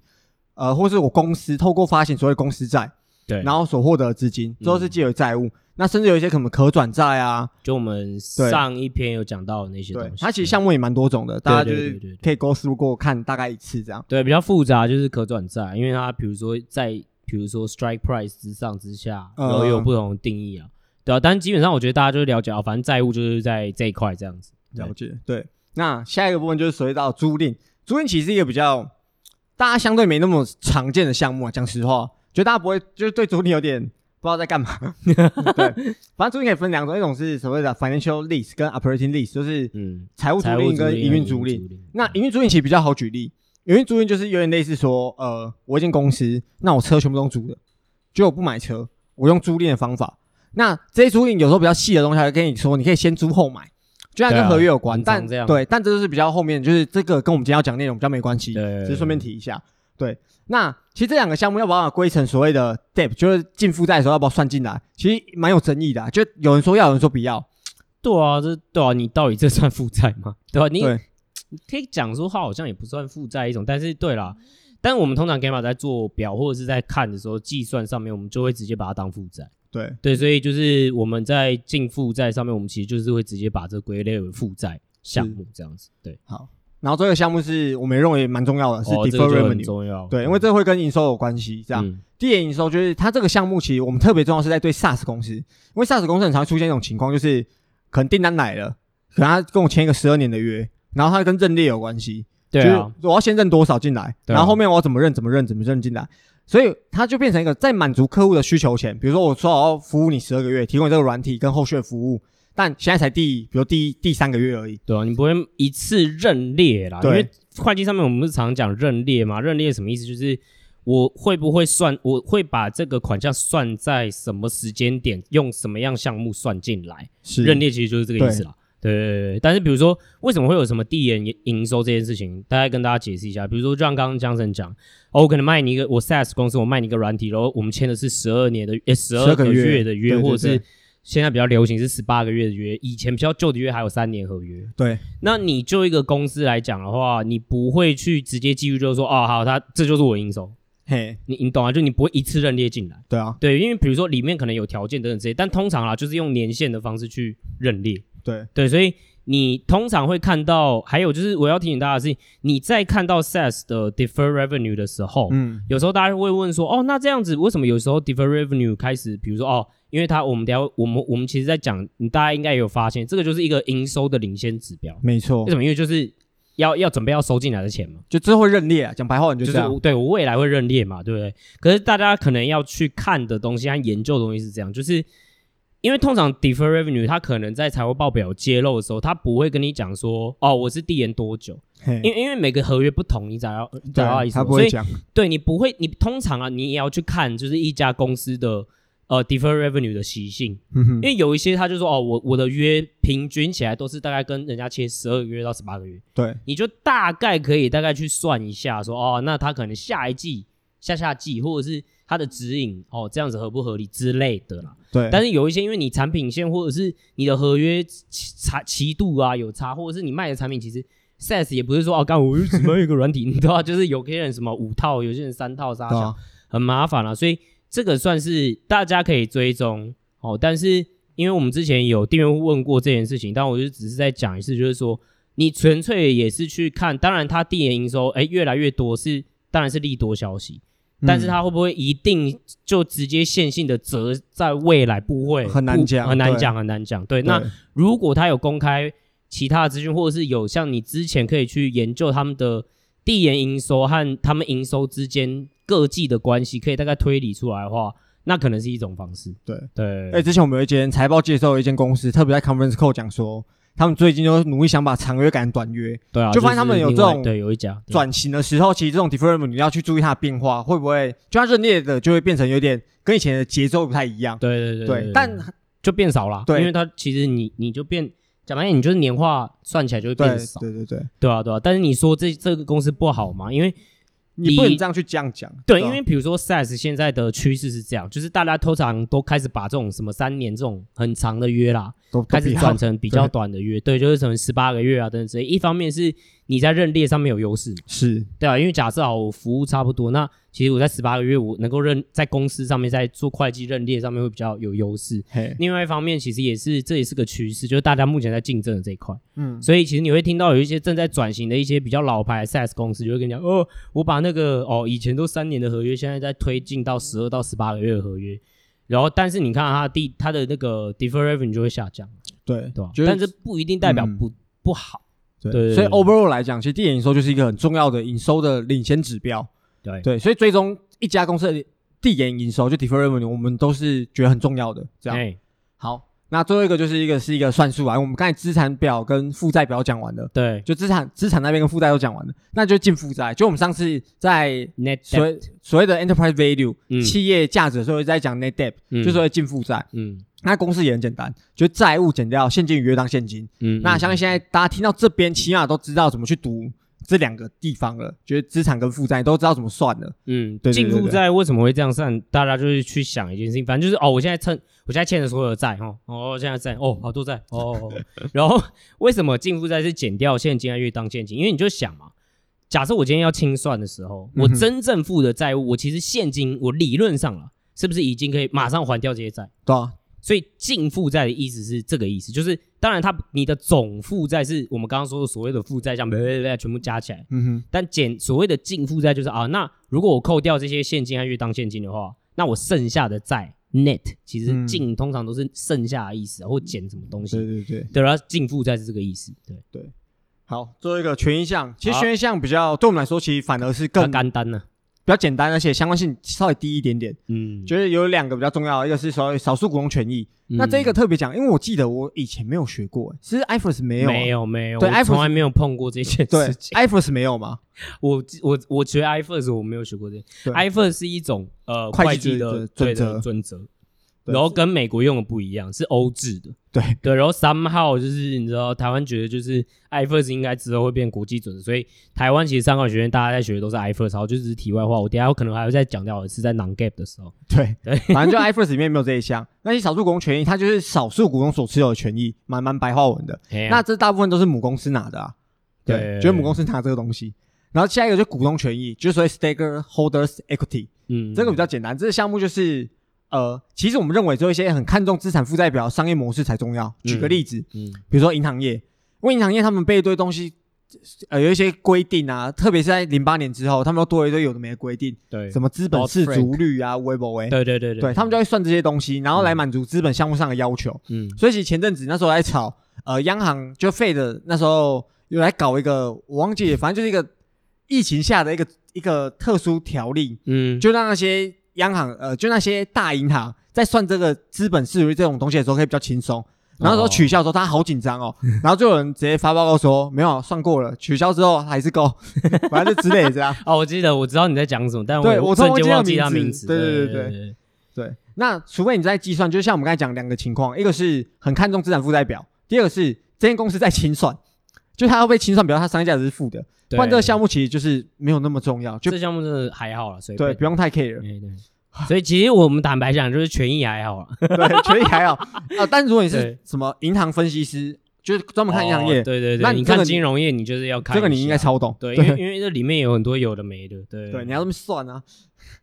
[SPEAKER 2] 呃，或是我公司透过发行所谓公司债，
[SPEAKER 1] 对，嗯
[SPEAKER 2] 然后所获得的资金，都是借由债务。那甚至有一些可能可转债啊，
[SPEAKER 1] 就我们上一篇有讲到的那些
[SPEAKER 2] 对
[SPEAKER 1] 东，西，
[SPEAKER 2] 它其实项目也蛮多种的，大家就
[SPEAKER 1] 对对对对
[SPEAKER 2] 是可以 go through 过看大概一次这样。
[SPEAKER 1] 对比较复杂，就是可转债，因为它比如说在比如说 strike price 之上之下，
[SPEAKER 2] 嗯
[SPEAKER 1] 然后也有不同的定义啊，对啊，但基本上我觉得大家就了解啊，反正债务就是在这一块这样子，对
[SPEAKER 2] 了解，对。那下一个部分就是所谓到租赁，租赁其实是一个比较大家相对没那么常见的项目啊。讲实话，觉得大家不会，就是对租赁有点不知道在干嘛。 对，反正租赁可以分两种，一种是所谓的 financial lease 跟 operating lease，就是
[SPEAKER 1] 嗯，
[SPEAKER 2] 财务租
[SPEAKER 1] 财务
[SPEAKER 2] 赁跟营运租赁。那营运租赁其实比较好举例，营运租赁就是有点类似说，呃，我一间公司，那我车全部都用租的，就我不买车，我用租赁的方法。那这些租赁有时候比较细的东西，还会跟你说，你可以先租后买，就像
[SPEAKER 1] 对
[SPEAKER 2] 跟
[SPEAKER 1] 啊
[SPEAKER 2] 合约有关，
[SPEAKER 1] 很常
[SPEAKER 2] 但
[SPEAKER 1] 这样
[SPEAKER 2] 对，但这就是比较后面，就是这个跟我们今天要讲的内容比较没关系，
[SPEAKER 1] 对
[SPEAKER 2] 只是顺便提一下。对，那其实这两个项目要把它归成所谓的 debt，就是净负债的时候要不要算进来，其实蛮有争议的啊、就有人说要，有人说不要。
[SPEAKER 1] 对啊，这对啊，你到底这算负债吗？对啊，你
[SPEAKER 2] 对
[SPEAKER 1] 你可以讲说它好像也不算负债一种，但是对啦，但我们通常 gamma 在做表或者是在看的时候，计算上面我们就会直接把它当负债。
[SPEAKER 2] 对
[SPEAKER 1] 对，所以就是我们在净负债上面，我们其实就是会直接把这归类为负债项目这样子。对，
[SPEAKER 2] 然后这个项目是我们认为蛮重要的，是
[SPEAKER 1] 哦，这
[SPEAKER 2] defer
[SPEAKER 1] 个就
[SPEAKER 2] r e v e
[SPEAKER 1] 很
[SPEAKER 2] n u
[SPEAKER 1] 重要。
[SPEAKER 2] 对，因为这会跟营收有关系。这样，
[SPEAKER 1] 嗯
[SPEAKER 2] 第一眼营收就是它这个项目，其实我们特别重要是在对 SaaS 公司，因为 SaaS 公司很常出现一种情况，就是可能订单来了，可能他跟我签一个十二年的约，然后他跟认列有关系，
[SPEAKER 1] 对啊，
[SPEAKER 2] 就是我要先认多少进来，
[SPEAKER 1] 对啊
[SPEAKER 2] 然后后面我要怎么认怎么认怎么认进来，所以它就变成一个在满足客户的需求前，比如说我说我要服务你十二个月，提供你这个软体跟后续的服务，但现在才第比如第第三个月而已，
[SPEAKER 1] 对啊，你不会一次认列啦，因
[SPEAKER 2] 对
[SPEAKER 1] 为会计上面我们不是常讲认列嘛？认列什么意思？就是我会不会算，我会把这个款项算在什么时间点，用什么样项目算进来？
[SPEAKER 2] 是
[SPEAKER 1] 认列其实就是这个意思啦。对对对对，但是比如说，为什么会有什么递延营收这件事情？大概跟大家解释一下。比如说，就像刚刚江神讲，哦，我可能卖你一个，我 SaaS 公司，我卖你一个软体，然后我们签的是十二年的，呃，十二
[SPEAKER 2] 12
[SPEAKER 1] 个
[SPEAKER 2] 个月
[SPEAKER 1] 月的约，
[SPEAKER 2] 对对
[SPEAKER 1] 或者是
[SPEAKER 2] 对
[SPEAKER 1] 现在比较流行是十八个月的约，以前比较旧的约还有三年合约。
[SPEAKER 2] 对
[SPEAKER 1] 那你就一个公司来讲的话，你不会去直接记录，就是说，哦，好，它这就是我的营收，
[SPEAKER 2] 嘿
[SPEAKER 1] 你你懂啊？就你不会一次认列进来，
[SPEAKER 2] 对啊
[SPEAKER 1] 对，因为比如说里面可能有条件等等这些，但通常啊，就是用年限的方式去认列，
[SPEAKER 2] 对
[SPEAKER 1] 对，所以你通常会看到，还有就是我要提醒大家的是，你在看到 SaaS 的 deferred revenue 的时候，
[SPEAKER 2] 嗯
[SPEAKER 1] 有时候大家会问说，哦，那这样子为什么有时候 deferred revenue 开始，比如说哦，因为它我们等一下我们我们其实在讲，你大家应该也有发现，这个就是一个营收的领先指标。
[SPEAKER 2] 没错
[SPEAKER 1] 为，什么？因为就是要要准备要收进来的钱嘛，
[SPEAKER 2] 就之后会认列啊，讲白话你
[SPEAKER 1] 就
[SPEAKER 2] 就是这样。
[SPEAKER 1] 我对我未来会认列嘛，对不对？可是大家可能要去看的东西和研究的东西是这样，就是因为通常 defer revenue 它可能在财务报表揭露的时候，它不会跟你讲说哦我是递延多久，
[SPEAKER 2] 嘿
[SPEAKER 1] 因为因为每个合约不同，你找到找到意思
[SPEAKER 2] 他
[SPEAKER 1] 嘛，
[SPEAKER 2] 不
[SPEAKER 1] 所
[SPEAKER 2] 会
[SPEAKER 1] 以
[SPEAKER 2] 讲，
[SPEAKER 1] 对你不会，你通常啊你也要去看就是一家公司的呃 defer revenue 的习性，
[SPEAKER 2] 嗯哼
[SPEAKER 1] 因为有一些他就说哦我我的约平均起来都是大概跟人家切十二个月到十八个月。
[SPEAKER 2] 对
[SPEAKER 1] 你就大概可以大概去算一下说，哦，那他可能下一季、下下季，或者是他的指引哦，这样子合不合理之类的啦。
[SPEAKER 2] 对，
[SPEAKER 1] 但是有一些，因为你产品线或者是你的合约差期度啊有差，或者是你卖的产品其实 SaaS 也不是说哦，干我就只卖一个软体，你 知道吧，就是有些人什么五套，有些人三套，啥
[SPEAKER 2] 对
[SPEAKER 1] 小
[SPEAKER 2] 啊
[SPEAKER 1] 很麻烦啦、所以这个算是大家可以追踪哦。但是因为我们之前有订阅户问过这件事情，但我就只是在讲一次，就是说你纯粹也是去看，当然它递延营收哎越来越多是当然是利多消息，
[SPEAKER 2] 嗯
[SPEAKER 1] 但是它会不会一定就直接线性的折在未来？不会，
[SPEAKER 2] 很难
[SPEAKER 1] 不
[SPEAKER 2] 讲
[SPEAKER 1] 很难
[SPEAKER 2] 对
[SPEAKER 1] 讲，很难讲。对，
[SPEAKER 2] 对
[SPEAKER 1] 那如果他有公开其他的资讯，或者是有像你之前可以去研究他们的递延营收和他们营收之间各季的关系，可以大概推理出来的话，那可能是一种方式。
[SPEAKER 2] 对
[SPEAKER 1] 对，
[SPEAKER 2] 哎哎，之前我们有一间财报介绍，有一间公司特别在 conference call 讲说，他们最近就努力想把长约改成短约。
[SPEAKER 1] 对啊，
[SPEAKER 2] 就发现他们
[SPEAKER 1] 是
[SPEAKER 2] 有
[SPEAKER 1] 另
[SPEAKER 2] 这
[SPEAKER 1] 外
[SPEAKER 2] 种
[SPEAKER 1] 对有一家对
[SPEAKER 2] 转型的时候，其实这种 deferment 你要去注意它的变化，会不会就它认列的就会变成有点跟以前的节奏不太一样。
[SPEAKER 1] 对对对
[SPEAKER 2] 对，但
[SPEAKER 1] 就变少了，
[SPEAKER 2] 对
[SPEAKER 1] 因为它其实你你就变讲白一点，你就是年化算起来就会
[SPEAKER 2] 对
[SPEAKER 1] 变少，
[SPEAKER 2] 对对对，
[SPEAKER 1] 对啊对啊。但是你说这这个公司不好吗？因为
[SPEAKER 2] 你不
[SPEAKER 1] 你
[SPEAKER 2] 能这样去这样讲。
[SPEAKER 1] 对，啊
[SPEAKER 2] 吧
[SPEAKER 1] 因为比如说 SaaS 现在的趋势是这样，就是大家通常都开始把这种什么三年这种很长的约啦，
[SPEAKER 2] 都
[SPEAKER 1] 开始转成比较
[SPEAKER 2] 对
[SPEAKER 1] 短的约，对，就是什么十八个月啊等等之类。一方面是你在认列上面有优势嘛，
[SPEAKER 2] 是
[SPEAKER 1] 对啊，因为假设好我服务差不多，那其实我在十八个月我能够认在公司上面在做会计认列上面会比较有优势。
[SPEAKER 2] 嘿，
[SPEAKER 1] 另外一方面，其实也是这也是个趋势，就是大家目前在竞争的这一块。
[SPEAKER 2] 嗯，
[SPEAKER 1] 所以其实你会听到有一些正在转型的一些比较老牌的 SaaS 公司，就会跟你讲哦，我把那个哦以前都三年的合约，现在在推进到十二到十八个月的合约。然后，但是你看它的第它的那个 defer revenue 就会下降，
[SPEAKER 2] 对
[SPEAKER 1] 对吧？
[SPEAKER 2] 就是
[SPEAKER 1] 但是不一定代表
[SPEAKER 2] 嗯
[SPEAKER 1] 不、不好，对
[SPEAKER 2] 对，所以 overall 来讲，其实地点营收就是一个很重要的营收的领先指标。
[SPEAKER 1] 对
[SPEAKER 2] 对，所以最终一家公司的递延营收就 deferred revenue，我们都是觉得很重要的。这样
[SPEAKER 1] 哎
[SPEAKER 2] 好，那最后一个就是一个是一个算术啊，我们刚才资产表跟负债表讲完了，
[SPEAKER 1] 对
[SPEAKER 2] 就资产资产那边跟负债都讲完了，那就进负债。就我们上次在
[SPEAKER 1] net
[SPEAKER 2] 所
[SPEAKER 1] debt，
[SPEAKER 2] 谓所谓的 enterprise value、
[SPEAKER 1] 哎嗯
[SPEAKER 2] 企业价值的时候，在讲 net debt，、
[SPEAKER 1] 嗯
[SPEAKER 2] 就是会进负债。
[SPEAKER 1] 嗯
[SPEAKER 2] 那公式也很简单，就债务减掉现金余额当现金。
[SPEAKER 1] 嗯，
[SPEAKER 2] 那
[SPEAKER 1] 嗯
[SPEAKER 2] 相信现在大家听到这边，起码都知道怎么去读这两个地方了，觉得资产跟负债都知道怎么算了。
[SPEAKER 1] 嗯
[SPEAKER 2] 对对对
[SPEAKER 1] 净负
[SPEAKER 2] 对
[SPEAKER 1] 债为什么会这样算？大家就是去想一件事情，反正就是哦，我现在趁我现在欠的所有的债哈，哦，我现在债哦，好多债哦 哦，哦然后为什么净负债是减掉现金还月当现金？因为你就想嘛，假设我今天要清算的时候，我
[SPEAKER 2] 嗯哼
[SPEAKER 1] 真正付的债务，我其实现金我理论上了，是不是已经可以马上还掉这些债？
[SPEAKER 2] 对啊，
[SPEAKER 1] 所以净负债的意思是这个意思，就是当然它你的总负债是我们刚刚说的所谓的负债项，全部加起来。
[SPEAKER 2] 嗯哼，
[SPEAKER 1] 但减所谓的净负债就是啊，那如果我扣掉这些现金和月当现金的话，那我剩下的债 net 其实
[SPEAKER 2] 嗯
[SPEAKER 1] 净通常都是剩下的意思啊，或减什么东
[SPEAKER 2] 对
[SPEAKER 1] 西。
[SPEAKER 2] 对对。
[SPEAKER 1] 对，然后净负债是这个意思，对，
[SPEAKER 2] 好，最后一个权益项，其实
[SPEAKER 1] 好
[SPEAKER 2] 权益项比较对我们来说，其实反而是
[SPEAKER 1] 它
[SPEAKER 2] 更比
[SPEAKER 1] 干单呢、
[SPEAKER 2] 较简单，而且相关性稍微低一点点。
[SPEAKER 1] 嗯，
[SPEAKER 2] 觉得有两个比较重要，一个是所谓少数股东权益，那
[SPEAKER 1] 嗯
[SPEAKER 2] 这个特别讲，因为我记得我以前没有学过，其实 IFRS
[SPEAKER 1] 没
[SPEAKER 2] 没有啊，
[SPEAKER 1] 没有没有，
[SPEAKER 2] 对
[SPEAKER 1] 我
[SPEAKER 2] iPhone
[SPEAKER 1] 从来没有碰过这件
[SPEAKER 2] 对
[SPEAKER 1] 事情。
[SPEAKER 2] ，IFRS 没有嘛，
[SPEAKER 1] 我我我学 IFRS 我没有学过这个
[SPEAKER 2] 对
[SPEAKER 1] ，IFRS 是一种呃
[SPEAKER 2] 会
[SPEAKER 1] 会
[SPEAKER 2] 计
[SPEAKER 1] 计
[SPEAKER 2] 的
[SPEAKER 1] 的
[SPEAKER 2] 准
[SPEAKER 1] 对的
[SPEAKER 2] 则
[SPEAKER 1] 准则，
[SPEAKER 2] 对
[SPEAKER 1] 然后跟美国用的不一样，是欧制的。
[SPEAKER 2] 对
[SPEAKER 1] 对，然后三号就是你知道台湾觉得就是 IFRS 应该之后会变国际准则，所以台湾其实三号学院大家在学的都是 IFRS，好，就只是题外话，我等一下可能还会再讲掉一次在 non gap 的时候。
[SPEAKER 2] 对
[SPEAKER 1] 对，
[SPEAKER 2] 反正就 IFRS 里面没有这一项。那些少数股东权益，它就是少数股东所持有的权益，蛮蛮白话文的。那
[SPEAKER 1] 那
[SPEAKER 2] 这大部分都是母公司拿的啊，
[SPEAKER 1] 哎啊对
[SPEAKER 2] 就是母公司拿这个东西。然后下一个就是股东权益，就是所谓 stakeholders equity，
[SPEAKER 1] 嗯
[SPEAKER 2] 这个比较简单。这个项目就是呃，其实我们认为只有一些很看重资产负债表的商业模式才重要。举
[SPEAKER 1] 嗯
[SPEAKER 2] 个例子，
[SPEAKER 1] 嗯
[SPEAKER 2] 比如说银行业，因为银行业他们被一堆东西，呃，有一些规定啊，特别是在零八年之后，他们又多了一堆有的没的规定，
[SPEAKER 1] 对
[SPEAKER 2] 什么资本
[SPEAKER 1] Dodd
[SPEAKER 2] 市
[SPEAKER 1] Frank
[SPEAKER 2] 足率啊、微博微，
[SPEAKER 1] 对对对
[SPEAKER 2] 对他们就会算这些东西，然后来满足资本项目上的要求。
[SPEAKER 1] 嗯
[SPEAKER 2] 所以其实前阵子那时候在炒，呃，央行就 Fed 那时候有来搞一个，我忘记了，反正就是一个疫情下的一个一个特殊条例，
[SPEAKER 1] 嗯
[SPEAKER 2] 就让那些央行呃，就那些大银行在算这个资本市足率这种东西的时候可以比较轻松。然后那时候取消的时候，他好紧张哦，然后就有人直接发报告说没有算过了，取消之后还是够，反正就之类的这样。
[SPEAKER 1] 哦，我记得我知道你在讲什么，但
[SPEAKER 2] 对我突然
[SPEAKER 1] 瞬间
[SPEAKER 2] 忘
[SPEAKER 1] 忘
[SPEAKER 2] 记
[SPEAKER 1] 记
[SPEAKER 2] 他
[SPEAKER 1] 他
[SPEAKER 2] 名
[SPEAKER 1] 名
[SPEAKER 2] 字
[SPEAKER 1] 字。
[SPEAKER 2] 对对
[SPEAKER 1] 对
[SPEAKER 2] 对对
[SPEAKER 1] 对，
[SPEAKER 2] 对，那除非你在计算，就像我们刚才讲两个情况，一个是很看重资产负债表，第二个是这间公司在清算，就它要被清算表，它商业价值是负的。不然这个项目其实就是没有那么重要，就
[SPEAKER 1] 这项目真的还好了，所以
[SPEAKER 2] 对，不用太 care。
[SPEAKER 1] 哎 对对。所以其实我们坦白讲，就是权益还 好了，
[SPEAKER 2] 对，权益还好啊。但如果你是
[SPEAKER 1] 对
[SPEAKER 2] 什么银行分析师，就是专门看银行业
[SPEAKER 1] 哦，对对
[SPEAKER 2] 那
[SPEAKER 1] 对，
[SPEAKER 2] 你
[SPEAKER 1] 你
[SPEAKER 2] 这个
[SPEAKER 1] 看
[SPEAKER 2] 你
[SPEAKER 1] 金融业，你就是要看
[SPEAKER 2] 这个你应该
[SPEAKER 1] 超。
[SPEAKER 2] 超懂。
[SPEAKER 1] 对，因为
[SPEAKER 2] 对，
[SPEAKER 1] 因为这里面有很多有的没的，对
[SPEAKER 2] 对，你要这么算啊。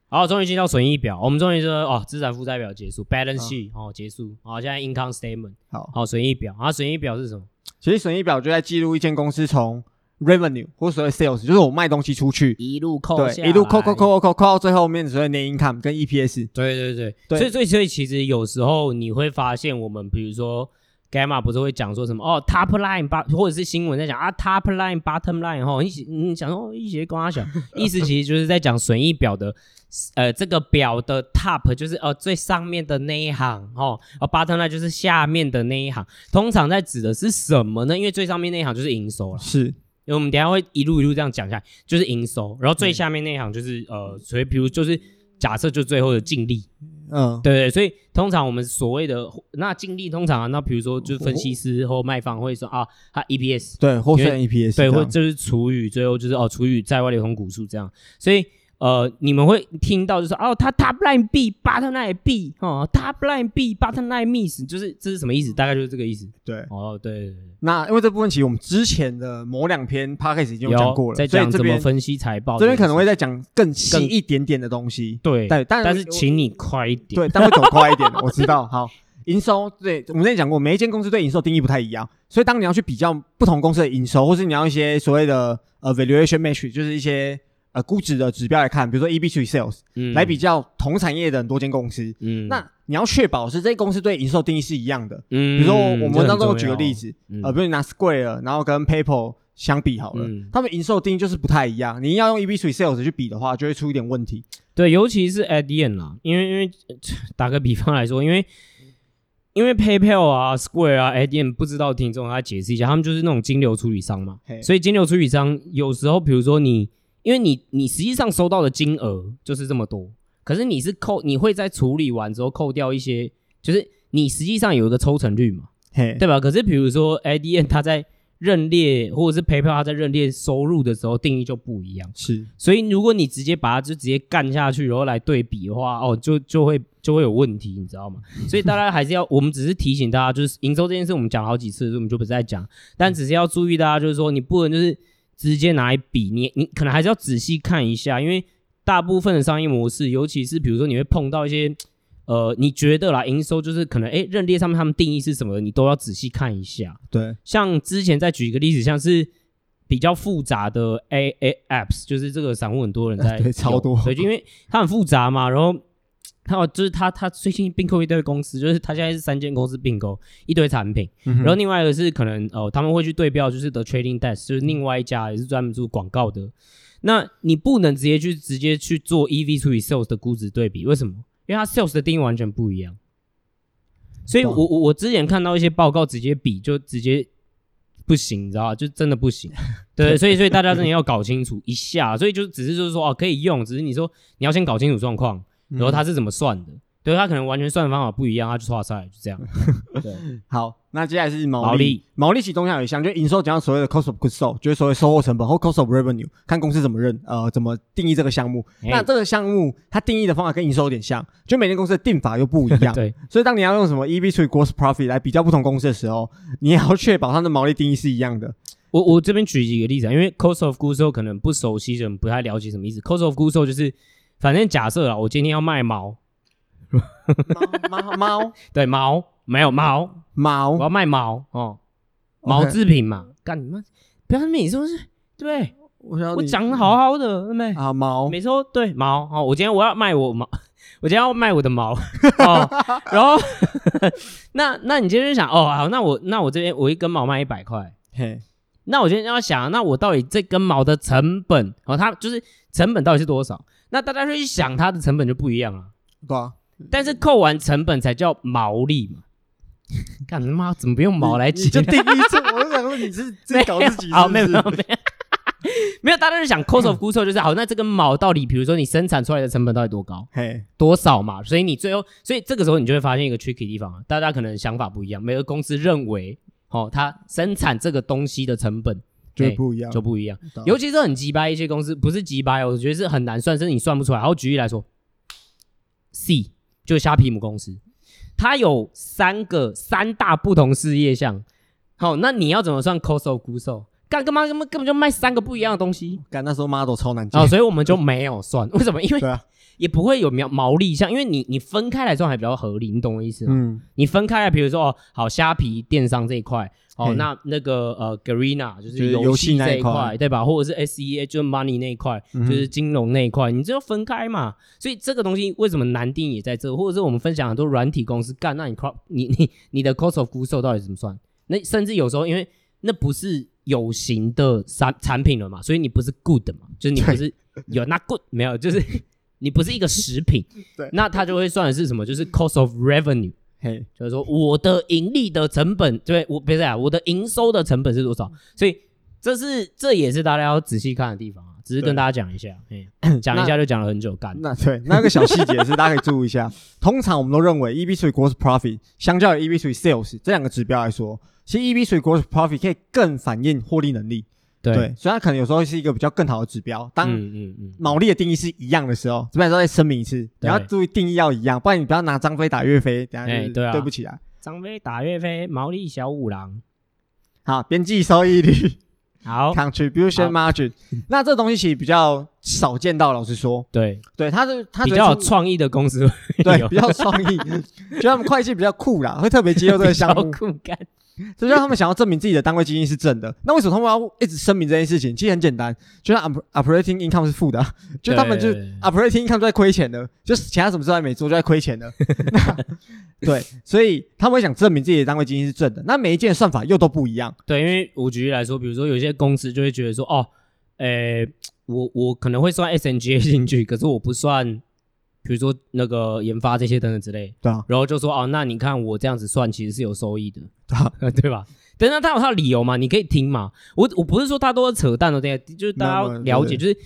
[SPEAKER 1] 好，终于进到损益表，我们终于说哦，资产负债表结束，balance sheet 哦结束，好，现在 income statement
[SPEAKER 2] 好，
[SPEAKER 1] 好，损益表，啊，损益表是什么？
[SPEAKER 2] 其实损益表就在记录一间公司从 revenue 或所谓 sales，就是我卖东西出去，
[SPEAKER 1] 一路扣下
[SPEAKER 2] 对，
[SPEAKER 1] 来
[SPEAKER 2] 一路扣扣，扣扣扣扣到最后面所谓 net income 跟 E EPS。
[SPEAKER 1] 对对对，
[SPEAKER 2] 对
[SPEAKER 1] 所以所以所以其实有时候你会发现，我们比如说 Gamma 不是会讲说什么哦，top line 八，或者是新闻在讲啊，top line bottom line 哈，一起你想说哦一起跟他讲，意思其实就是在讲损益表的，呃，这个表的 top 就是呃最上面的那一行哦，而 bottom line 就是下面的那一行，通常在指的是什么呢？因为最上面那一行就是营收了，
[SPEAKER 2] 是
[SPEAKER 1] 因为我们等一下会一路一路这样讲下来，就是营收，然后最下面那一行就是、呃，所以比如就是假设就最后的净利，
[SPEAKER 2] 嗯，
[SPEAKER 1] 对对，所以通常我们所谓的那净利，通常、啊、那比如说就是分析师或卖方会说啊，它 EPS
[SPEAKER 2] 对，或 E 算
[SPEAKER 1] 因
[SPEAKER 2] EPS
[SPEAKER 1] 对，
[SPEAKER 2] 这
[SPEAKER 1] 或
[SPEAKER 2] 样
[SPEAKER 1] 就是除以最后就是哦除以在外流通股数这样，所以呃你们会听到就是哦它 top line B bottom line B 哦 top line B bottom line miss，就是这是什么意思？大概就是这个意思。
[SPEAKER 2] 对。
[SPEAKER 1] 哦，对对对，
[SPEAKER 2] 那因为这部分其实我们之前的某两篇 p a c k a g e 已经有讲过了，
[SPEAKER 1] 在
[SPEAKER 2] 所以
[SPEAKER 1] 讲
[SPEAKER 2] 这
[SPEAKER 1] 怎么
[SPEAKER 2] 边
[SPEAKER 1] 分析财报，
[SPEAKER 2] 这边可能会再讲更细
[SPEAKER 1] 更
[SPEAKER 2] 一点点的东西。
[SPEAKER 1] 对，
[SPEAKER 2] 对，但
[SPEAKER 1] 但是
[SPEAKER 2] 我
[SPEAKER 1] 请你快一点。
[SPEAKER 2] 对，但会走快一点，我知道。好，营收对我们之前讲过，每一间公司对营收定义不太一样，所以当你要去比较不同公司的营收，或是你要一些所谓的呃 valuation metric，就是一些呃估值的指标来看，比如说 EB to sales、
[SPEAKER 1] 嗯
[SPEAKER 2] 来比，较同产业的很多间公司，
[SPEAKER 1] 嗯
[SPEAKER 2] 那你要确保是这些公司对营收定义是一样的。比
[SPEAKER 1] 嗯
[SPEAKER 2] 如说我们当中有举个例，子，
[SPEAKER 1] 这很重要
[SPEAKER 2] 呃，
[SPEAKER 1] 嗯
[SPEAKER 2] 比如你拿 Square，然后跟 PayPal 相比好了，
[SPEAKER 1] 嗯
[SPEAKER 2] 他们营收定义就是不太一样。你要用 EB to sales 去比的话，就会出一点问题。
[SPEAKER 1] 对，尤其是 at the end 啦，因为因为 呃打个比方来说，因为因为 PayPal 啊、Square 啊、at the end 不知道听众，他解释一下，他们就是那种金流处理商嘛
[SPEAKER 2] 嘿，
[SPEAKER 1] 所以金流处理商有时候，比如说你，因为你你实际上收到的金额就是这么多，可是你是扣，你会在处理完之后扣掉一些，就是你实际上有一个抽成率嘛，
[SPEAKER 2] 嘿，
[SPEAKER 1] 对吧？可是比如说 at the end 他在认列或者是 PayPal 他在认列收入的时候定义就不一样。
[SPEAKER 2] 是
[SPEAKER 1] 所以如果你直接把它就直接干下去，然后来对比的话，哦，就就会就会有问题，你知道吗？所以大家还是要，我们只是提醒大家，就是营收这件事，我们讲了好几次，所以我们就不再讲，但只是要注意大家，就是说你不能就是直接拿来比，你你可能还是要仔细看一下，因为大部分的商业模式，尤其是比如说你会碰到一些。呃，你觉得啦，营收就是可能，哎，认列上面他们定义是什么的，你都要仔细看一下。
[SPEAKER 2] 对，
[SPEAKER 1] 像之前再举一个例子，像是比较复杂的 A A apps，就是这个散户很多人在
[SPEAKER 2] 啊对超多
[SPEAKER 1] 用对，就因为它很复杂嘛，然后。他就是他，他最近并购一堆公司，就是他现在是三间公司并购一堆产品，
[SPEAKER 2] 嗯哼
[SPEAKER 1] 然后另外一个是可能呃他们会去对标，就是 The Trading Desk，就是另外一家也是专门做广告的。那你不能直接去直接去做 E EV 除以 Sales 的估值对比，为什么？因为它 Sales 的定义完全不一样。所以我
[SPEAKER 2] 懂
[SPEAKER 1] 我我之前看到一些报告直接比就直接不行，你知道吧？就真的不 行。对，所以所以大家真的要搞清楚一下。所以就只是就是说哦可以用，只是你说你要先搞清楚状况，嗯然后它是怎么算的。对，它可能完全算的方法不一样，它就刷赛就这样。 对，
[SPEAKER 2] 嗯好，那接下来是毛利。
[SPEAKER 1] 毛利
[SPEAKER 2] 毛利其实东西有一项，就营收讲到所谓的 cost of goods sold，就是所谓收货成本或 cost of revenue，看公司怎么认，呃，怎么定义这个项目。
[SPEAKER 1] 嘿
[SPEAKER 2] 那这个项目它定义的方法跟营收有点像，就每间公司的定法又不一样。
[SPEAKER 1] 对，
[SPEAKER 2] 所以当你要用什么 EB 除以 gross profit 来比较不同公司的时候，你也要确保它的毛利定义是一样的。
[SPEAKER 1] 我我这边举几个例子啊，因为 cost of goods sold 可能不熟悉的人不太了解什么意思。cost of goods sold 就是，反正假设啊啦，我今天要卖毛，
[SPEAKER 2] 猫猫猫
[SPEAKER 1] 对毛没有毛，我
[SPEAKER 2] 猫，
[SPEAKER 1] 要卖毛哦，毛
[SPEAKER 2] OK
[SPEAKER 1] 制品嘛。干你妈！不要那么你是不是？对
[SPEAKER 2] 我想要
[SPEAKER 1] 我
[SPEAKER 2] 你
[SPEAKER 1] 讲的好好的，对不对？
[SPEAKER 2] 啊猫，
[SPEAKER 1] 每次都对毛哦，我今天我要卖我毛， 我今天要卖我的毛哦。 然后那那你今天就想哦，好，那我那我这边我一根毛卖一百块，
[SPEAKER 2] 嘿，
[SPEAKER 1] 那我今天要想，那我到底这根毛的成本，哦，它就是成本到底是多少？那大家就去想它的成本就不一样了，
[SPEAKER 2] 对啊，
[SPEAKER 1] 但是扣完成本才叫毛利嘛。 干他妈怎么不用毛来
[SPEAKER 2] 你你
[SPEAKER 1] 计
[SPEAKER 2] 就？定义错，我就想说你是自
[SPEAKER 1] 没
[SPEAKER 2] 己
[SPEAKER 1] 有
[SPEAKER 2] 搞自己是不是，
[SPEAKER 1] 好，没有没有没有， 没有，大家就想 cost of goods sold 就是好，那这根毛到底，比如说你生产出来的成本到底多高？
[SPEAKER 2] 嘿，
[SPEAKER 1] 多少嘛？所以你最后，所以这个时候你就会发现一个 tricky 地方啊，大家可能想法不一样，每个公司认为哦，它生产这个东西的成本
[SPEAKER 2] 就
[SPEAKER 1] 哎
[SPEAKER 2] 不一样，啊
[SPEAKER 1] 就不一样。
[SPEAKER 2] 懂
[SPEAKER 1] 尤其是很急掰一些公司，不是急掰哦，我觉得是很难算，甚至你算不出来。然后举例来说，C 就是虾皮母公司，它有三个三大不同事业项。好，那你要怎么算 cost of goods sold？干干嘛根本根本就卖三个不一样的东西
[SPEAKER 2] 干那时候 model 超难接
[SPEAKER 1] 啊、，所以我们就没有算。为什么？因为
[SPEAKER 2] 对啊，
[SPEAKER 1] 也不会有毛毛利项，因为你你分开来算还比较合理，你懂我意思吗？
[SPEAKER 2] 嗯，
[SPEAKER 1] 你分开来，比如说哦，好虾皮电商这一块，哦，
[SPEAKER 2] 嘿
[SPEAKER 1] 那那个呃，Garena 就
[SPEAKER 2] 就是是
[SPEAKER 1] 游
[SPEAKER 2] 游戏
[SPEAKER 1] 戏
[SPEAKER 2] 那
[SPEAKER 1] 这
[SPEAKER 2] 一
[SPEAKER 1] 一
[SPEAKER 2] 块
[SPEAKER 1] 块，对吧？或者是 SEA 就是 Money 那一块，
[SPEAKER 2] 嗯哼
[SPEAKER 1] 就是金融那一块，你这要分开嘛。所以这个东西为什么难定也在这，或者是我们分享很多软体公司干，那你 cost 你你你的 cost of goods sold 到底怎么算？那甚至有时候因为那不是有形的产产品了嘛，所以你不是 good 嘛，就是你不是有那 good 没有，就是 你不是一个食品，
[SPEAKER 2] 对
[SPEAKER 1] 那他就会算的是什么？就是 cost of revenue。
[SPEAKER 2] 嘿，
[SPEAKER 1] 就是说我的盈利的成本，对我不是啊，我的营收的成本是多少？所以这是这也是大家要仔细看的地方啊，只是跟
[SPEAKER 2] 对
[SPEAKER 1] 大家讲一下， 嗯讲一下就讲了很久，干
[SPEAKER 2] 那对，那个小细节是大家可以注意一下。 通常我们都认为 E EB 所以 gross profit 相较于 EB 所以 sales 这两个指标来说，其实 E EB 所以 gross profit 可以更反映获利能力。
[SPEAKER 1] 对，
[SPEAKER 2] 所以它可能有时候是一个比较更好的指标。当
[SPEAKER 1] 嗯嗯嗯，
[SPEAKER 2] 毛利的定义是一样的时候，这边还是要再声明一次，你
[SPEAKER 1] 对
[SPEAKER 2] 要注意定义要一样，不然你不要拿张飞打岳飞，等下
[SPEAKER 1] 哎
[SPEAKER 2] 就是
[SPEAKER 1] 对啊
[SPEAKER 2] 对不起啊。
[SPEAKER 1] 张飞打岳飞，毛利小五郎，
[SPEAKER 2] 好，边际收益率。
[SPEAKER 1] 好，
[SPEAKER 2] contribution
[SPEAKER 1] 好嗯
[SPEAKER 2] margin。那这东西其实比较少见到，老实说，
[SPEAKER 1] 对，
[SPEAKER 2] 对，它是它
[SPEAKER 1] 比
[SPEAKER 2] 只
[SPEAKER 1] 较哦有
[SPEAKER 2] 出
[SPEAKER 1] 创意的公司，
[SPEAKER 2] 对
[SPEAKER 1] 有
[SPEAKER 2] 比较创 意，就他们会计比较酷啦，会特别接受这个项
[SPEAKER 1] 小
[SPEAKER 2] 目，
[SPEAKER 1] 酷干，
[SPEAKER 2] 这就让他们想要证明自己的单位经济是正的。那为什么他们要一直声明这件事情？其实很简单，就是 op- operating income 是负的啊，就他们就
[SPEAKER 1] 对
[SPEAKER 2] operating income 就在亏钱的，就是其他什么事都还没做就在亏钱的。 那对，所以他们会想证明自己的单位经济是正的。那每一件算法又都不一样，
[SPEAKER 1] 对，因为我举例来说，比如说有些公司就会觉得说，哦，诶，我我可能会算 SNGA 进去，可是我不算，比如说那个研发这些等等之类。
[SPEAKER 2] 对啊，
[SPEAKER 1] 然后就说哦，那你看我这样子算其实是有收益的，
[SPEAKER 2] 对啊，
[SPEAKER 1] 对吧？但是他有他的理由嘛，你可以听嘛。我我不是说他都是扯淡的，对，就是大家
[SPEAKER 2] 没有没
[SPEAKER 1] 要
[SPEAKER 2] 有
[SPEAKER 1] 了解，
[SPEAKER 2] 对
[SPEAKER 1] 就是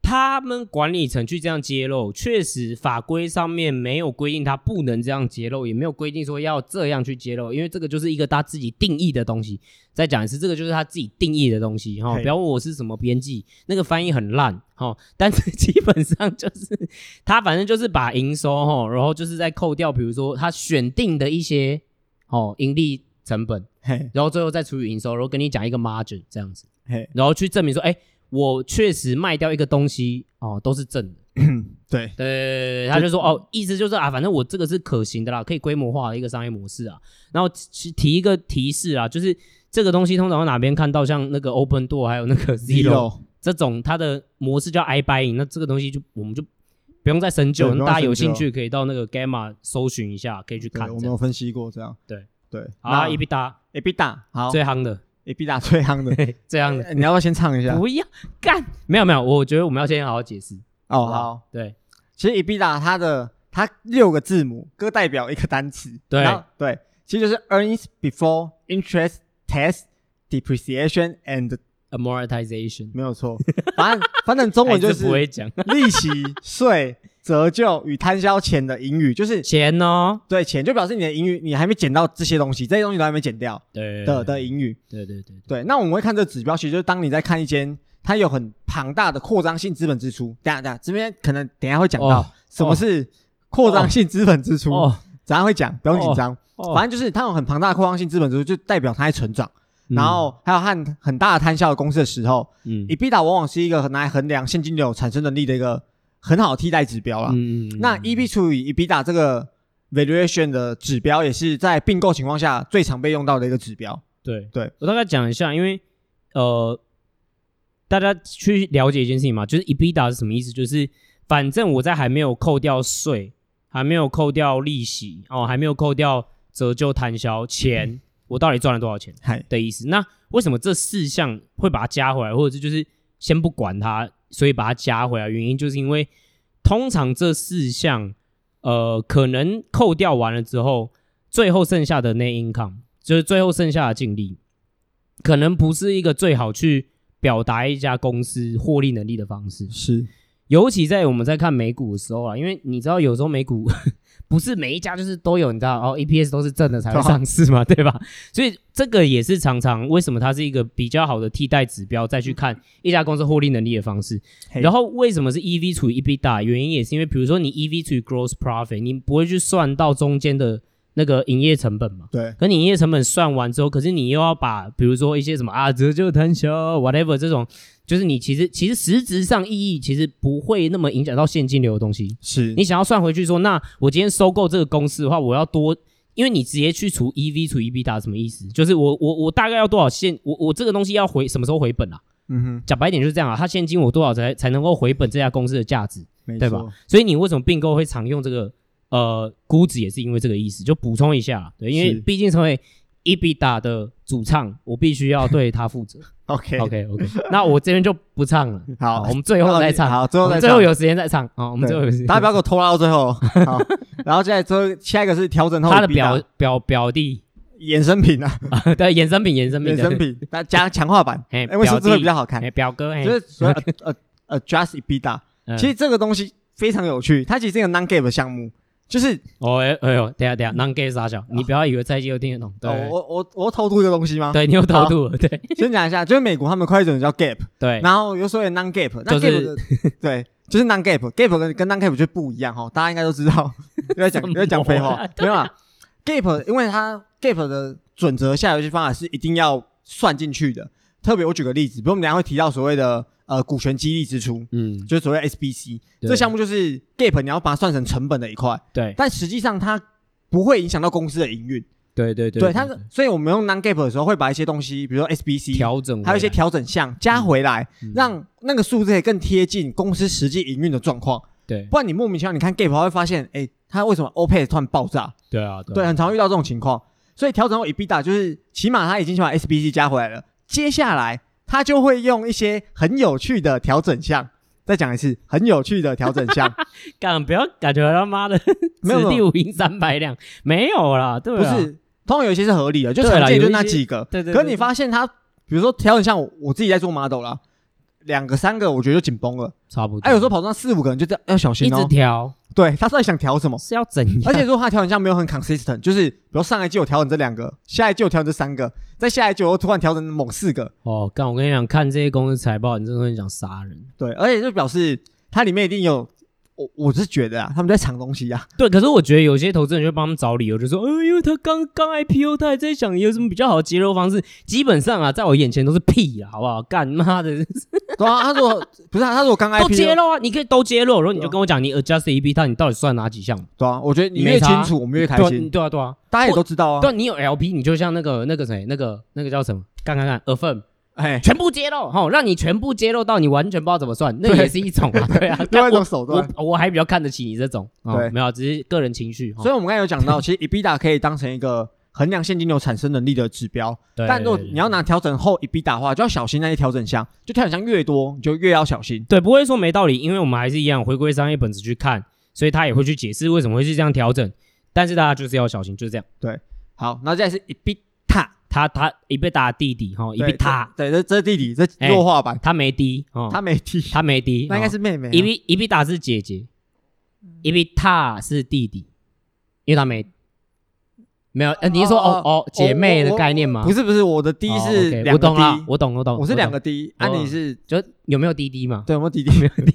[SPEAKER 1] 他们管理层去这样揭露，确实法规上面没有规定他不能这样揭露，也没有规定说要这样去揭露，因为这个就是一个他自己定义的东西。再讲一次，这个就是他自己定义的东西哈，
[SPEAKER 2] 嘿
[SPEAKER 1] 不要问我是什么编辑，那个翻译很烂哈，但是基本上就是他反正就是把营收哈，然后就是再扣掉，比如说他选定的一些哦盈利成本，
[SPEAKER 2] 嘿
[SPEAKER 1] 然后最后再除以营收，然后跟你讲一个 margin 这样子，
[SPEAKER 2] 嘿，
[SPEAKER 1] 然后去证明说，哎，我确实卖掉一个东西哦都是正的，
[SPEAKER 2] 对。
[SPEAKER 1] 对对对，他就说哦，意思就是啊，反正我这个是可行的啦，可以规模化的一个商业模式啊。然后其提一个提示啊，就是这个东西通常会哪边看到，像那个 Open Door 还有那个 Zero 这种，它的模式叫 i buying，那这个东西就我们就不用再深究，
[SPEAKER 2] 对不
[SPEAKER 1] 那
[SPEAKER 2] 用
[SPEAKER 1] 大家
[SPEAKER 2] 深
[SPEAKER 1] 有
[SPEAKER 2] 究
[SPEAKER 1] 兴趣可以到那个 Gamma 搜寻一下，可以去
[SPEAKER 2] 对
[SPEAKER 1] 看这
[SPEAKER 2] 我们
[SPEAKER 1] 样。
[SPEAKER 2] 有分析过这样。
[SPEAKER 1] 对
[SPEAKER 2] 对，
[SPEAKER 1] 好啊
[SPEAKER 2] 那
[SPEAKER 1] e b i t a
[SPEAKER 2] EBITDA 好
[SPEAKER 1] 最夯的，
[SPEAKER 2] ，EBITDA 最夯的，
[SPEAKER 1] 最夯的，
[SPEAKER 2] 你要不要先唱一下？
[SPEAKER 1] 不要干，没有没有，我觉得我们要先好好解释。
[SPEAKER 2] 哦，
[SPEAKER 1] 吧
[SPEAKER 2] 好，
[SPEAKER 1] 对
[SPEAKER 2] 其实 EBITDA 它的它六个字母各代表一个单词，
[SPEAKER 1] 对
[SPEAKER 2] 然后对，其实就是 earnings before interest tax depreciation and
[SPEAKER 1] ，amortization，
[SPEAKER 2] 没有错，反正反正中文 就
[SPEAKER 1] 还不
[SPEAKER 2] 是
[SPEAKER 1] 会讲
[SPEAKER 2] 利息、税、折旧与摊销前的盈余，就是
[SPEAKER 1] 钱哦，
[SPEAKER 2] 对钱就表示你的盈余，你还没减到这些东西，这些东西都还没减掉
[SPEAKER 1] 对
[SPEAKER 2] 的的盈余。
[SPEAKER 1] 对对对，
[SPEAKER 2] 对，那我们会看这指标，其实就是当你在看一间它有很庞大的扩张性资本支出。等一下等一下，这边可能等一下会讲
[SPEAKER 1] 哦
[SPEAKER 2] 到什么是扩张性资本支出，
[SPEAKER 1] 哦，
[SPEAKER 2] 等一下会讲，不用紧张。
[SPEAKER 1] 哦
[SPEAKER 2] 反正就是它有很庞大的扩张性资本支出，就代表它在成长。然后还有和很大的摊销的公司的时候
[SPEAKER 1] 嗯
[SPEAKER 2] ，EBITDA 往往是一个很拿来衡量现金流产生能力的一个很好的替代指标啦。
[SPEAKER 1] 嗯，
[SPEAKER 2] 那 E EB 除以 EBITDA 这个 valuation 的指标，也是在并购情况下最常被用到的一个指标。
[SPEAKER 1] 对
[SPEAKER 2] 对，
[SPEAKER 1] 我大概讲一下，因为呃，大家去了解一件事情嘛，就是 EBITDA 是什么意思？就是反正我在还没有扣掉税，还没有扣掉利息哦，还没有扣掉折旧摊销钱，我到底赚了多少钱
[SPEAKER 2] 嗨，
[SPEAKER 1] 的意思？那为什么这四项会把它加回来，或者是就是先不管它，所以把它加回来？原因就是因为通常这四项呃，可能扣掉完了之后，最后剩下的 net income，就是最后剩下的净利，可能不是一个最好去表达一家公司获利能力的方式。
[SPEAKER 2] 是
[SPEAKER 1] 尤其在我们在看美股的时候啊，因为你知道有时候美股 不是每一家就是都有，你知道哦，EPS 都是正的才会上市嘛，对吧？所以这个也是常常为什么它是一个比较好的替代指标，再去看一家公司获利能力的方式。
[SPEAKER 2] 嘿
[SPEAKER 1] 然后为什么是 E EV E 除以 EBITDA？原因也是因为，比如说你 EV 除以 gross profit，你不会去算到中间的那个营业成本嘛。
[SPEAKER 2] 对，
[SPEAKER 1] 可你营业成本算完之后，可是你又要把比如说一些什么啊折旧摊销 whatever 这种，就是你其实其实实质上意义其实不会那么影响到现金流的东西。
[SPEAKER 2] 是
[SPEAKER 1] 你想要算回去说，那我今天收购这个公司的话，我要多，因为你直接去除 EV 除 EBITDA 什么意思？就是我我我大概要多少现，我我这个东西要回什么时候回本啊？
[SPEAKER 2] 嗯哼，
[SPEAKER 1] 讲白一点就是这样啊，它现金我多少才才能够回本这家公司的价值？
[SPEAKER 2] 没
[SPEAKER 1] 对吧
[SPEAKER 2] 错，
[SPEAKER 1] 所以你为什么并购会常用这个呃估值，也是因为这个意思。就补充一下，对，因为
[SPEAKER 2] 是
[SPEAKER 1] 毕竟成为 EBITDA 的主唱，我必须要对他 负责。
[SPEAKER 2] ？OK
[SPEAKER 1] OK OK，那我这边就不唱了。
[SPEAKER 2] 好
[SPEAKER 1] 我们最后再唱，
[SPEAKER 2] 好，最后
[SPEAKER 1] 我
[SPEAKER 2] 再
[SPEAKER 1] 们
[SPEAKER 2] 唱
[SPEAKER 1] 最后有时间再唱啊、我们最后有时间。
[SPEAKER 2] 大家不要给我拖拉到 最后。好，然后接下来最后下一个是调整后
[SPEAKER 1] 他的
[SPEAKER 2] 比较
[SPEAKER 1] 表表表弟，
[SPEAKER 2] 衍生品啊，
[SPEAKER 1] 对，衍生品，衍生品，
[SPEAKER 2] 衍生品，那加强化版，
[SPEAKER 1] 哎，
[SPEAKER 2] 哎，为什
[SPEAKER 1] 表
[SPEAKER 2] 么这个
[SPEAKER 1] 弟
[SPEAKER 2] 比较好看？
[SPEAKER 1] 哎，表哥，哎
[SPEAKER 2] 就，是所谓呃呃 adjust EBITDA，
[SPEAKER 1] 嗯
[SPEAKER 2] 其实这个东西非常有趣，它其实是一个 non-GAAP 项目，就是
[SPEAKER 1] 哦，哎哎呦，等一下等一下，non gay 傻笑，你不要以为蔡记又听得懂，
[SPEAKER 2] 哦
[SPEAKER 1] 对，
[SPEAKER 2] 我啊我我偷渡一个东西吗？
[SPEAKER 1] 对，你又偷渡了，对
[SPEAKER 2] 先讲一下，就是美国他们会计准则叫 GAAP，
[SPEAKER 1] 对，
[SPEAKER 2] 然后有所谓的 non-GAAP，
[SPEAKER 1] 就是
[SPEAKER 2] non-GAAP 的对，就是 non-GAAP，GAAP 跟跟 non-GAAP 就不一样哈，大家应该都 知道，又在讲
[SPEAKER 1] 什么啊
[SPEAKER 2] 又在讲废话，没有啊，GAAP 因为它 GAAP 的准则下游戏方法是一定要算进去的，特别我举个例子，比如我们等一下会提到所谓的呃股权激励支出，
[SPEAKER 1] 嗯，
[SPEAKER 2] 就是所谓 SBC
[SPEAKER 1] 对
[SPEAKER 2] 这项目就是 GAAP，你要把它算成成本的一块，
[SPEAKER 1] 对
[SPEAKER 2] 但实际上它不会影响到公司的营运。
[SPEAKER 1] 对对对，
[SPEAKER 2] 对它是，所以我们用 non GAAP 的时候会把一些东西，比如说 SBC，
[SPEAKER 1] 调整回来，
[SPEAKER 2] 还有一些调整项加回来，
[SPEAKER 1] 嗯
[SPEAKER 2] 让那个数字可以更贴近公司实际营运的状况。
[SPEAKER 1] 对
[SPEAKER 2] 不然你莫名其妙，你看 GAAP 会发现，哎，它为什么 OPEX 突然爆炸？
[SPEAKER 1] 对啊，
[SPEAKER 2] 对，
[SPEAKER 1] 啊
[SPEAKER 2] 很常遇到这种情况。所以调整后 EBITDA 就是起码它已经先把 SBC 加回来了，接下来它就会用一些很有趣的调整项。再讲一次，很有趣的调整项，
[SPEAKER 1] 干不要感觉他妈的
[SPEAKER 2] 没有
[SPEAKER 1] 此
[SPEAKER 2] 没
[SPEAKER 1] 地
[SPEAKER 2] 有
[SPEAKER 1] 无银三百两，没有啦， 对
[SPEAKER 2] 不
[SPEAKER 1] 啊，
[SPEAKER 2] 是，通常有一些是合理的，就
[SPEAKER 1] 对啦
[SPEAKER 2] 常见
[SPEAKER 1] 有
[SPEAKER 2] 就
[SPEAKER 1] 一
[SPEAKER 2] 那
[SPEAKER 1] 些
[SPEAKER 2] 几个。
[SPEAKER 1] 对对对
[SPEAKER 2] 可是你发现它，比如说调整项，我我自己在做 model 啦，两个三个我觉得就紧绷了。
[SPEAKER 1] 差不多。
[SPEAKER 2] 哎、有时候跑上四五个人就这样要小
[SPEAKER 1] 一
[SPEAKER 2] 心
[SPEAKER 1] 直
[SPEAKER 2] 哦。
[SPEAKER 1] 调
[SPEAKER 2] 对他到底想调什么？
[SPEAKER 1] 是要怎样？
[SPEAKER 2] 而且如果他调整项没有很 consistent，就是比如上一季我调整这两个，下一季我调整这三个，再下一季我又突然调整某四个，
[SPEAKER 1] 哦，干我跟你讲，看这些公司财报，你真的很想杀人。
[SPEAKER 2] 对，而且就表示它里面一定有，我我是觉得啊，他们在藏东西啊，
[SPEAKER 1] 对，可是我觉得有些投资人就帮他们找理由，就说，呃，因为他刚刚 IPO，他还在想有什么比较好的节流方式。基本上啊，在我眼前都是屁啊，好不好？干妈的，
[SPEAKER 2] 对啊，他说不是、啊，他说我刚 IP，
[SPEAKER 1] 都揭
[SPEAKER 2] 对
[SPEAKER 1] 露啊，你可以都揭露，然后你
[SPEAKER 2] 对
[SPEAKER 1] 就
[SPEAKER 2] 啊
[SPEAKER 1] 跟我讲，你 adjust EBITDA，你到底算哪几项？
[SPEAKER 2] 啊，我觉得你
[SPEAKER 1] 没
[SPEAKER 2] 越
[SPEAKER 1] 差
[SPEAKER 2] 清
[SPEAKER 1] 啊
[SPEAKER 2] 楚我们越开
[SPEAKER 1] 对啊
[SPEAKER 2] 心，
[SPEAKER 1] 对啊，对啊。
[SPEAKER 2] 大家也都知道啊，
[SPEAKER 1] 对，你有 LP，你就像那个那个谁，那个那个叫什么？看看看，affirm
[SPEAKER 2] 哎，
[SPEAKER 1] 全部揭露，哈，让你全部揭露到你完全不知道怎么算，那
[SPEAKER 2] 对
[SPEAKER 1] 也是一种 啊，对啊。
[SPEAKER 2] 另
[SPEAKER 1] 但
[SPEAKER 2] 外一种手段
[SPEAKER 1] 我。我我还比较看得起你这种，哦
[SPEAKER 2] 对
[SPEAKER 1] 没有，只是个人情绪。哦
[SPEAKER 2] 所以我们刚才有 讲到，其实 EBITDA 可以当成一个衡量现金流产生能力的指标，
[SPEAKER 1] 以
[SPEAKER 2] 但如果你要拿调整后 EBITDA 的话，就要小心那些调整项，就调整项越多，你就越要小心。
[SPEAKER 1] 对，不会说没道理，因为我们还是一样回归商业本质去看，所以他也会去解释为什么会是这样调整，但是大家就是要小心，就是这样。
[SPEAKER 2] 好，然后再来是 EBITDA，
[SPEAKER 1] 他他一被打弟弟哈，一
[SPEAKER 2] 对
[SPEAKER 1] 被他
[SPEAKER 2] 对，这这是弟弟，这
[SPEAKER 1] 哎
[SPEAKER 2] 弱化版，
[SPEAKER 1] 他没低哦，
[SPEAKER 2] 他没弟，
[SPEAKER 1] 他没低，
[SPEAKER 2] 那应该
[SPEAKER 1] 哦
[SPEAKER 2] 是妹妹啊。
[SPEAKER 1] 伊比伊比达是姐姐，伊比塔是弟弟，因为他没没有。呃，你是说哦
[SPEAKER 2] 哦
[SPEAKER 1] 哦姐妹的概念吗？
[SPEAKER 2] 不
[SPEAKER 1] 是，
[SPEAKER 2] 是不是，我的弟是两
[SPEAKER 1] 我
[SPEAKER 2] 个
[SPEAKER 1] 懂了，
[SPEAKER 2] 弟，
[SPEAKER 1] 我懂我懂，
[SPEAKER 2] 我是两
[SPEAKER 1] 懂，
[SPEAKER 2] 个弟，
[SPEAKER 1] 我
[SPEAKER 2] 啊
[SPEAKER 1] 懂
[SPEAKER 2] 你是
[SPEAKER 1] 就有没有弟弟嘛？
[SPEAKER 2] 对，我弟弟没有弟。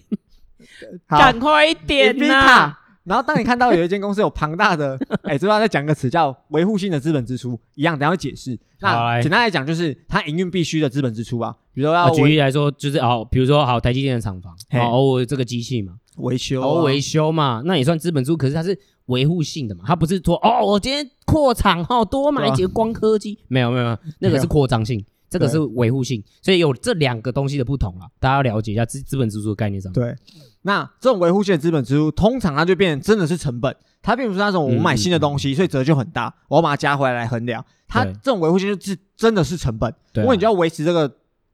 [SPEAKER 2] 好
[SPEAKER 1] 赶快一点呐！
[SPEAKER 2] EBITDA 然后当你看到有一间公司有庞大的，哎，这边要再讲个词叫维护性的资本支出，一样，等一下会解释。
[SPEAKER 1] 好
[SPEAKER 2] 那
[SPEAKER 1] 来
[SPEAKER 2] 简单来讲就是它营运必须的资本支出啊，比如说要
[SPEAKER 1] 啊，举
[SPEAKER 2] 维
[SPEAKER 1] 例来说，就是哦，比如说好，台积电的厂房，
[SPEAKER 2] 嘿
[SPEAKER 1] 哦，我这个机器嘛，
[SPEAKER 2] 维修啊，
[SPEAKER 1] 哦，维修嘛，那也算资本支出，可是它是维护性的嘛，它不是说哦，我今天扩厂哦，多买
[SPEAKER 2] 啊
[SPEAKER 1] 几个光刻机，没有没有 没有，那个是扩张性，这个是维护性，所以有这两个东西的不同啊，大家要了解一下资资本支出的概念上。
[SPEAKER 2] 对，那这种维护性的资本支出，通常它就变成真的是成本，它并不是那种
[SPEAKER 1] 嗯
[SPEAKER 2] 我买新的东西，所以折旧很大，我要把它加回来来衡量。它
[SPEAKER 1] 对
[SPEAKER 2] 这种维护性就是真的是成本，
[SPEAKER 1] 对啊
[SPEAKER 2] 因为你就要维持这个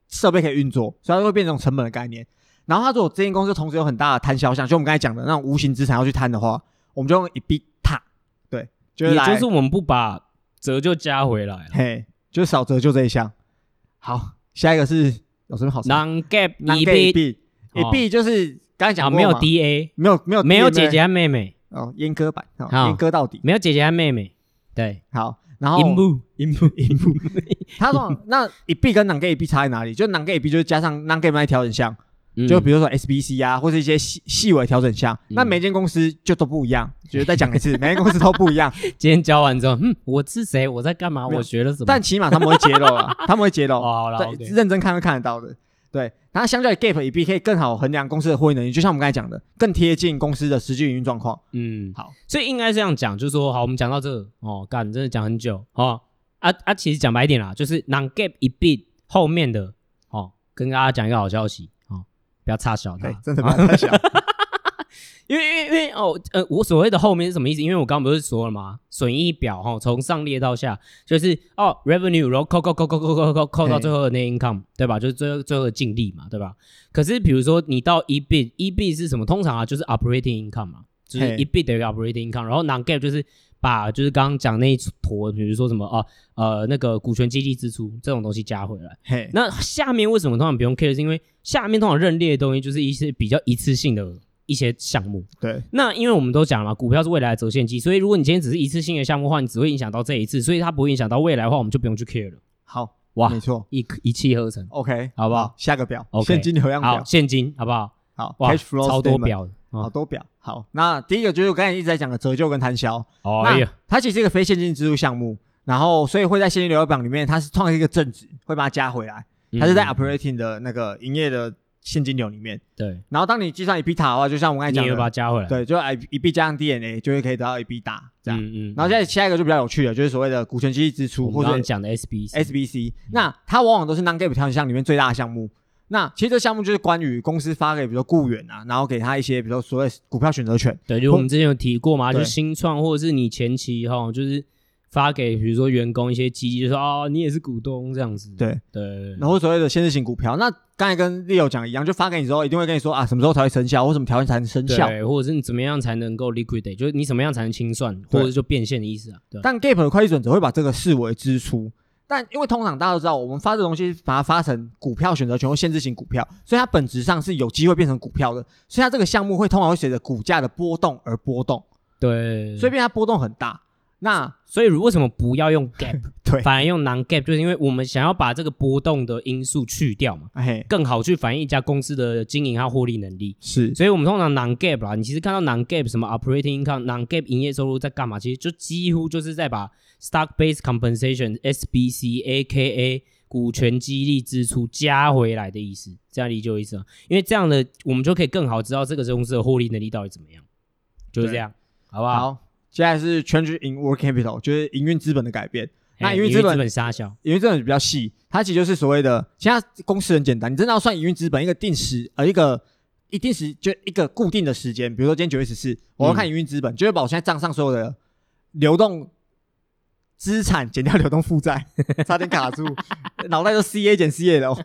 [SPEAKER 2] 设备可以运作，所以它会变成这种成本的概念。然后它如果这间公司同时有很大的摊销项，就我们刚才讲的那种无形资产要去摊的话，我们就用 EBITDA，对，就是
[SPEAKER 1] 也
[SPEAKER 2] 来，
[SPEAKER 1] 就是我们不把折就加回来
[SPEAKER 2] 嘿，就是少折旧这一项。好，下一个哦是有什么好查
[SPEAKER 1] ，non gap 一 b
[SPEAKER 2] ，non-GAAP，一 b 就是刚才
[SPEAKER 1] 啊
[SPEAKER 2] 讲过
[SPEAKER 1] 没有
[SPEAKER 2] 嘛
[SPEAKER 1] da，
[SPEAKER 2] 没有没有
[SPEAKER 1] 没有
[SPEAKER 2] DNA
[SPEAKER 1] 姐姐和妹妹，
[SPEAKER 2] 哦，阉割版，好，
[SPEAKER 1] 好
[SPEAKER 2] 阉割到底。
[SPEAKER 1] 没有姐姐和妹妹，对，
[SPEAKER 2] 好，然后
[SPEAKER 1] 银幕银 幕银幕，
[SPEAKER 2] 他说，那一 B 跟 non gay 一 B 差在哪里？就 non gay 一 B 就是加上 non gay 那一调整项，
[SPEAKER 1] 嗯
[SPEAKER 2] 就比如说 SBC 啊，或是一些细细微调整项，那每间公司就都不一样。就是再讲 一次，每间公司都不一样，
[SPEAKER 1] 今天教完之后，嗯，我是谁？我在干嘛？
[SPEAKER 2] 没有
[SPEAKER 1] 我学了什么？
[SPEAKER 2] 但起码他们会揭露 了，他们会揭露。
[SPEAKER 1] 哦，好了
[SPEAKER 2] 对，
[SPEAKER 1] ，OK，
[SPEAKER 2] 认真看会看得到的。对，然后相较于 Gap 也 B 可以更好衡量公司的获利能力，就像我们刚才讲的，更贴近公司的实际营运状况。
[SPEAKER 1] 嗯，
[SPEAKER 2] 好，
[SPEAKER 1] 所以应该这样讲，就是说，好，我们讲到这哦，干，真的讲很久哦，啊啊，其实讲白一点啦，就是 non gap 一 bit 后面的哦，跟大家讲一个好消息哦，不要差小它
[SPEAKER 2] 对，，真的不要 太小。
[SPEAKER 1] 因为因为因为哦呃，我所谓的后面是什么意思？因为我刚刚不是说了吗？损益表哈，哦从上列到下，就是哦 revenue，然后扣扣扣扣扣扣扣扣到
[SPEAKER 2] 嘿
[SPEAKER 1] 最后的 net income，对吧？就是最后最后的净利嘛，对吧？可是比如说你到 E EBIT，EBIT 是什么？通常啊就是 operating income 嘛，就是 E
[SPEAKER 2] 嘿
[SPEAKER 1] EBIT 等于 operating income，然后 non gap 就是把就是刚刚讲那一坨，比如说什么哦呃那个股权激励支出这种东西加回来。
[SPEAKER 2] 嘿，
[SPEAKER 1] 那下面为什么通常不用 care？是因为下面通常认列的东西就是一些比较一次性的一些项目。
[SPEAKER 2] 对，
[SPEAKER 1] 那因为我们都讲了嘛，股票是未来的折现机，所以如果你今天只是一次性的项目的话，你只会影响到这一次，所以它不会影响到未来的话，我们就不用去 care 了。
[SPEAKER 2] 好，
[SPEAKER 1] 哇
[SPEAKER 2] 没，错
[SPEAKER 1] 一一气呵成。
[SPEAKER 2] ，OK，
[SPEAKER 1] 好不好？
[SPEAKER 2] 下个表
[SPEAKER 1] OK
[SPEAKER 2] 现金流量
[SPEAKER 1] 好，
[SPEAKER 2] 表，
[SPEAKER 1] 现金好不好？
[SPEAKER 2] 好
[SPEAKER 1] 哇，
[SPEAKER 2] ，Cash Flow
[SPEAKER 1] 超多
[SPEAKER 2] statement，
[SPEAKER 1] 表的。
[SPEAKER 2] 好
[SPEAKER 1] 哦，
[SPEAKER 2] 多表。好，那第一个就是我刚才一直在讲的折旧跟摊销。
[SPEAKER 1] 哦哎呀，
[SPEAKER 2] 它其实是一个非现金支出项目，然后所以会在现金流表里面，它是创一个正值，会把它加回来，它是在
[SPEAKER 1] 嗯
[SPEAKER 2] operating 的那个营业的现金流里面。
[SPEAKER 1] 对，
[SPEAKER 2] 然后当你计算 EBITDA 的啊话，就像我刚才
[SPEAKER 1] 你
[SPEAKER 2] 讲
[SPEAKER 1] 也把它
[SPEAKER 2] 的，
[SPEAKER 1] 加回来。
[SPEAKER 2] 对，就 I EB 加上 DNA 就会可以得到 EBITDA 这样。
[SPEAKER 1] 嗯嗯。
[SPEAKER 2] 然后
[SPEAKER 1] 再
[SPEAKER 2] 再下一个就比较有趣了，就是所谓的股权激励支出
[SPEAKER 1] 我
[SPEAKER 2] 或
[SPEAKER 1] 们刚
[SPEAKER 2] 者
[SPEAKER 1] 刚讲的 SBC，
[SPEAKER 2] SBC，那
[SPEAKER 1] 嗯
[SPEAKER 2] 它往往都是 non-GAAP 调整项里面最大的项目。那其实这项目就是关于公司发给比如说雇员啊，然后给他一些比如说所谓股票选择权，
[SPEAKER 1] 对，就我们之前有提过嘛，就
[SPEAKER 2] 对
[SPEAKER 1] 是新创或者是你前期哈，就是发给比如说员工一些激励，就说哦，你也是股东这样子。
[SPEAKER 2] 对，
[SPEAKER 1] 对，
[SPEAKER 2] 然后所谓的限制型股票，那刚才跟 Leo 讲一样，就发给你之后，一定会跟你说啊，什么时候才会生效，或什么条件才能生效。
[SPEAKER 1] 对，或者是你怎么样才能够 liquidate，就是你怎么样才能清算，
[SPEAKER 2] 对
[SPEAKER 1] 或者就变现的意思啊。对，
[SPEAKER 2] 但 Gap 的会计准则会把这个视为支出，但因为通常大家都知道，我们发这东西把它发成股票选择权或限制型股票，所以它本质上是有机会变成股票的，所以它这个项目会通常会随着股价的波动而波动，
[SPEAKER 1] 对，
[SPEAKER 2] 所
[SPEAKER 1] 所
[SPEAKER 2] 以
[SPEAKER 1] 以
[SPEAKER 2] 变它波动很大。那
[SPEAKER 1] 所以如为什么不要 用 gap，
[SPEAKER 2] 对
[SPEAKER 1] 反而用 non gap，就是因为我们想要把这个波动的因素去掉嘛，
[SPEAKER 2] 哎，
[SPEAKER 1] 更好去反映一家公司的经营和获利能力。
[SPEAKER 2] 是
[SPEAKER 1] 所以我们通常 non gap 啦，你其实看到 non gap 什么 operating income、non gap 营业收入在干嘛，其实就几乎就是在把 stock based compensation SBC AKA 股权激励支出加回来的意思，这样理解我意思吗？因为这样的我们就可以更好知道这个公司的获利能力到底怎么样，就是这样，好不好？
[SPEAKER 2] 好。接下来是 change in work capital，就是营运资本的改变。那
[SPEAKER 1] 哎
[SPEAKER 2] 因为
[SPEAKER 1] 因
[SPEAKER 2] 资
[SPEAKER 1] 为
[SPEAKER 2] 本
[SPEAKER 1] 资本沙小，
[SPEAKER 2] 营运资本比较细，它其实就是所谓的，其他公司很简单，你真的要算营运资本，一个定时呃一个一定时就一个固定的时间，比如说今天九月十四，我要看营运资本，就会把我现在账上所有的流动资产减掉流动负债，差点卡住，脑袋都 C A 减 C A 了哦。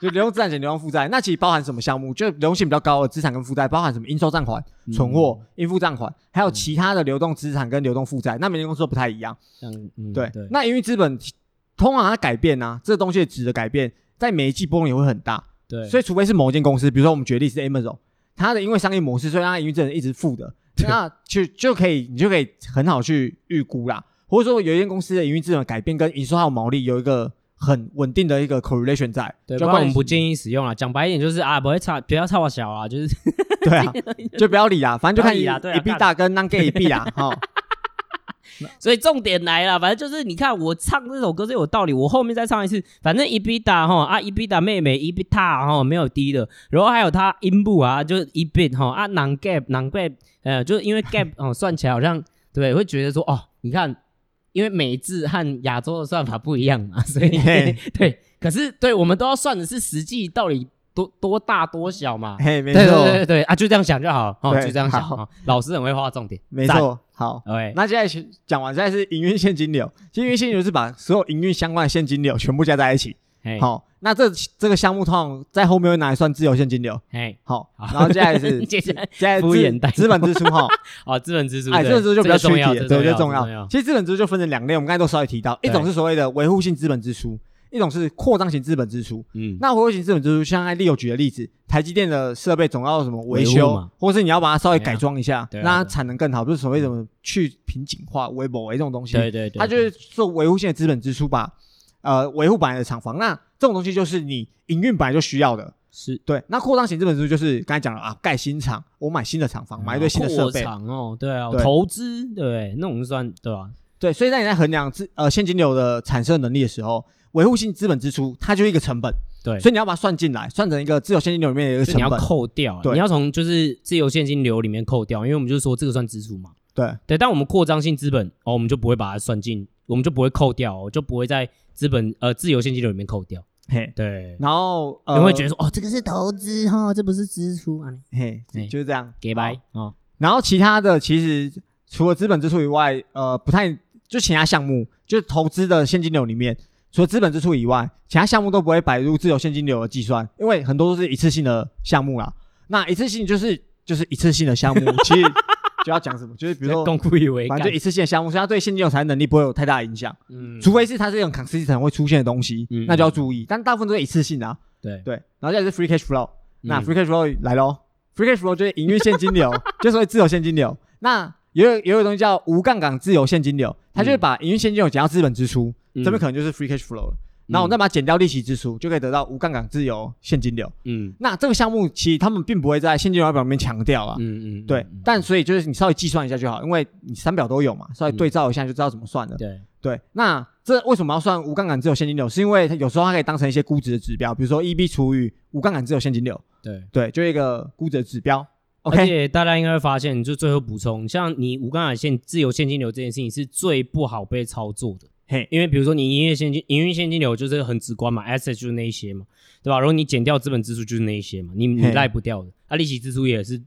[SPEAKER 2] 就流动资产减流动负债，那其实包含什么项目？就流动性比较高的资产跟负债，包含什么应收账款、存货、应付账款，还有其他的流动资产跟流动负债。那每间公司都不太一样。
[SPEAKER 1] 像嗯
[SPEAKER 2] 对，
[SPEAKER 1] 对，
[SPEAKER 2] 那因为资本通常它改变啊，这个东西的值的改变，在每一季波动也会很大，
[SPEAKER 1] 对，
[SPEAKER 2] 所以除非是某一间公司，比如说我们举例是 Amazon，它的因为商业模式，所以它营运证人一直负的，那就就可以你就可以很好去预估啦，或者说有一间公司的营运资本改变跟营收还有毛利有一个很稳定的一个 correlation 在，
[SPEAKER 1] 对，
[SPEAKER 2] 就
[SPEAKER 1] 不然我
[SPEAKER 2] 关于
[SPEAKER 1] 们不建议使用啦。讲白一点就是啊，不会差，不要差我小啊，就是
[SPEAKER 2] 对啊，就不要理啦，反正就看
[SPEAKER 1] 不
[SPEAKER 2] 一
[SPEAKER 1] 要理啦对啊
[SPEAKER 2] 一币大跟 non gay 一币啦， 哈，
[SPEAKER 1] 所以重点来了，反正就是你看我唱这首歌是有道理，我后面再唱一次，反正伊比达哈啊伊比达妹妹伊比塔哈没有低的，然后还有他音部啊就是伊比哈啊 non gap non gap 呃就是因为 gap 哦算起来好像对会觉得说哦你看因为美制和亚洲的算法不一样嘛，所以
[SPEAKER 2] 嘿
[SPEAKER 1] 对，可是对我们都要算的是实际到底多多大多小嘛，
[SPEAKER 2] 嘿，没
[SPEAKER 1] 对对对
[SPEAKER 2] 错
[SPEAKER 1] 对，对啊，就这样想就好，哦，
[SPEAKER 2] 对
[SPEAKER 1] 就这样想
[SPEAKER 2] 好
[SPEAKER 1] 哦。老师很会画重点，
[SPEAKER 2] 没
[SPEAKER 1] 赞
[SPEAKER 2] 错，好。
[SPEAKER 1] ，OK，
[SPEAKER 2] 那现在是讲完，现在是营运现金流。其实营运现金流是把所有营运相关的现金流全部加在一起。
[SPEAKER 1] 嘿
[SPEAKER 2] 好、那这这个项目通常在后面会拿来算自由现金流。
[SPEAKER 1] 嘿，
[SPEAKER 2] 好、
[SPEAKER 1] 好
[SPEAKER 2] 然后接下 来是
[SPEAKER 1] 接下来
[SPEAKER 2] 接下来是
[SPEAKER 1] 敷衍带过
[SPEAKER 2] 资本支出 哈。
[SPEAKER 1] 哦，资本支出，
[SPEAKER 2] 哎，
[SPEAKER 1] 对
[SPEAKER 2] 这个支出就比较
[SPEAKER 1] 这
[SPEAKER 2] 具
[SPEAKER 1] 个
[SPEAKER 2] 体
[SPEAKER 1] 重要，
[SPEAKER 2] 了，
[SPEAKER 1] 这个
[SPEAKER 2] 对，
[SPEAKER 1] 重
[SPEAKER 2] 就重
[SPEAKER 1] 要，这个
[SPEAKER 2] 要。其实资本支出就分成两类，我们刚才都稍微提到，一
[SPEAKER 1] 对
[SPEAKER 2] 种是所谓的维护性资本支出，一种是扩张型资本支出。
[SPEAKER 1] 嗯，
[SPEAKER 2] 那维护型资本支出，像艾利有举的例子，台积电的设备总要什么维
[SPEAKER 1] 维护
[SPEAKER 2] 修
[SPEAKER 1] 嘛，
[SPEAKER 2] 或是你要把它稍微
[SPEAKER 1] 对啊
[SPEAKER 2] 改装一下，
[SPEAKER 1] 对啊
[SPEAKER 2] 让它
[SPEAKER 1] 对啊
[SPEAKER 2] 产能更好，就是所谓的什么去瓶颈化、微博维这种东西。
[SPEAKER 1] 对对对，
[SPEAKER 2] 它就是是做维护性的资本支出吧，呃，维护本来的厂房，那这种东西就是你营运本来就需要的，
[SPEAKER 1] 是
[SPEAKER 2] 对，那扩张型这本书就是刚才讲了啊，盖新厂，我买新的厂房，买一堆新的设
[SPEAKER 1] 嗯扩
[SPEAKER 2] 备，
[SPEAKER 1] 厂哦，对啊，
[SPEAKER 2] 对
[SPEAKER 1] 投资对不对，那我们算对吧？
[SPEAKER 2] 对，所以在你在衡量资呃现金流的产生能力的时候，维护性资本支出它就是一个成本，
[SPEAKER 1] 对，
[SPEAKER 2] 所以你要把它算进来，算成一个自由现金流里面的一个
[SPEAKER 1] 就你
[SPEAKER 2] 成
[SPEAKER 1] 要
[SPEAKER 2] 本。
[SPEAKER 1] 扣掉，啊
[SPEAKER 2] 对
[SPEAKER 1] 你要从就是自由现金流里面扣掉，因为我们就是说这个算支出嘛。
[SPEAKER 2] 对
[SPEAKER 1] 对，但我们扩张性资本哦，我们就不会把它算进，我们就不会扣掉、哦，就不会在资本呃自由现金流里面扣掉。
[SPEAKER 2] 嘿，
[SPEAKER 1] 对，
[SPEAKER 2] 然后呃，
[SPEAKER 1] 你会觉得说哦，这个是投资哈、哦，这不是支出啊，
[SPEAKER 2] 嘿
[SPEAKER 1] 嘿
[SPEAKER 2] 就是这样，
[SPEAKER 1] 给
[SPEAKER 2] 白。
[SPEAKER 1] 白哦，
[SPEAKER 2] 然后其他的其实除了资本支出以外，呃，不太就其他项目，就是投资的现金流里面，除了资本支出以外，其他项目都不会摆入自由现金流的计算，因为很多都是一次性的项目啦。那一次性就是就是一次性的 项目，其实就要讲什么，就是比
[SPEAKER 1] 比
[SPEAKER 2] 如说。
[SPEAKER 1] 共富以为
[SPEAKER 2] 反
[SPEAKER 1] 干
[SPEAKER 2] 正就，一次性的项目，所以它对现金流产生能力不会有太大的影响，
[SPEAKER 1] 嗯
[SPEAKER 2] 除非是它是一种 consistent 会出现的东西，
[SPEAKER 1] 嗯
[SPEAKER 2] 那就要注意。但大部分都是一次性的、啊，
[SPEAKER 1] 对，
[SPEAKER 2] 对。然后再来是 free cash flow，那
[SPEAKER 1] 嗯
[SPEAKER 2] free cash flow 来喽，free cash flow 就是营运现金流， 就是所谓自由现金流。那也有也有一个东西叫无杠杆自由现金流，它
[SPEAKER 1] 嗯
[SPEAKER 2] 就是把营运现金流减掉资本支出，这边可能就是 free cash flow 了。然
[SPEAKER 1] 嗯
[SPEAKER 2] 后我再把它减掉利息支出，就可以得到无杠杆自由现金流。
[SPEAKER 1] 嗯
[SPEAKER 2] 那这个项目其实他们并不会在现金流表里面强调啊，
[SPEAKER 1] 嗯嗯，
[SPEAKER 2] 对
[SPEAKER 1] 嗯。
[SPEAKER 2] 但所以就是你稍微计算一下就好，因为你三表都有嘛，稍微
[SPEAKER 1] 嗯
[SPEAKER 2] 对照一下就知道怎么算了。
[SPEAKER 1] 对，
[SPEAKER 2] 对，那这为什么要算无杠杆自由现金流？是因为它有时候它可以当成一些估值的指标，比如说 EB 除以无杠杆自由现金流。
[SPEAKER 1] 对
[SPEAKER 2] 对，就一个估值的指
[SPEAKER 1] 哦
[SPEAKER 2] 标。
[SPEAKER 1] 而
[SPEAKER 2] OK，
[SPEAKER 1] 且大家应该会发现，就最后补充，像你无杠杆现自由现金流这件事情是最不好被操作的，
[SPEAKER 2] 嘿
[SPEAKER 1] 因为比如说你营业现金、营运现金流就是很直观嘛，asset 就是那一些嘛，对吧？然后你减掉资本支出就是那一些嘛，你你
[SPEAKER 2] 嘿
[SPEAKER 1] 赖不掉的，啊，利息支出也是，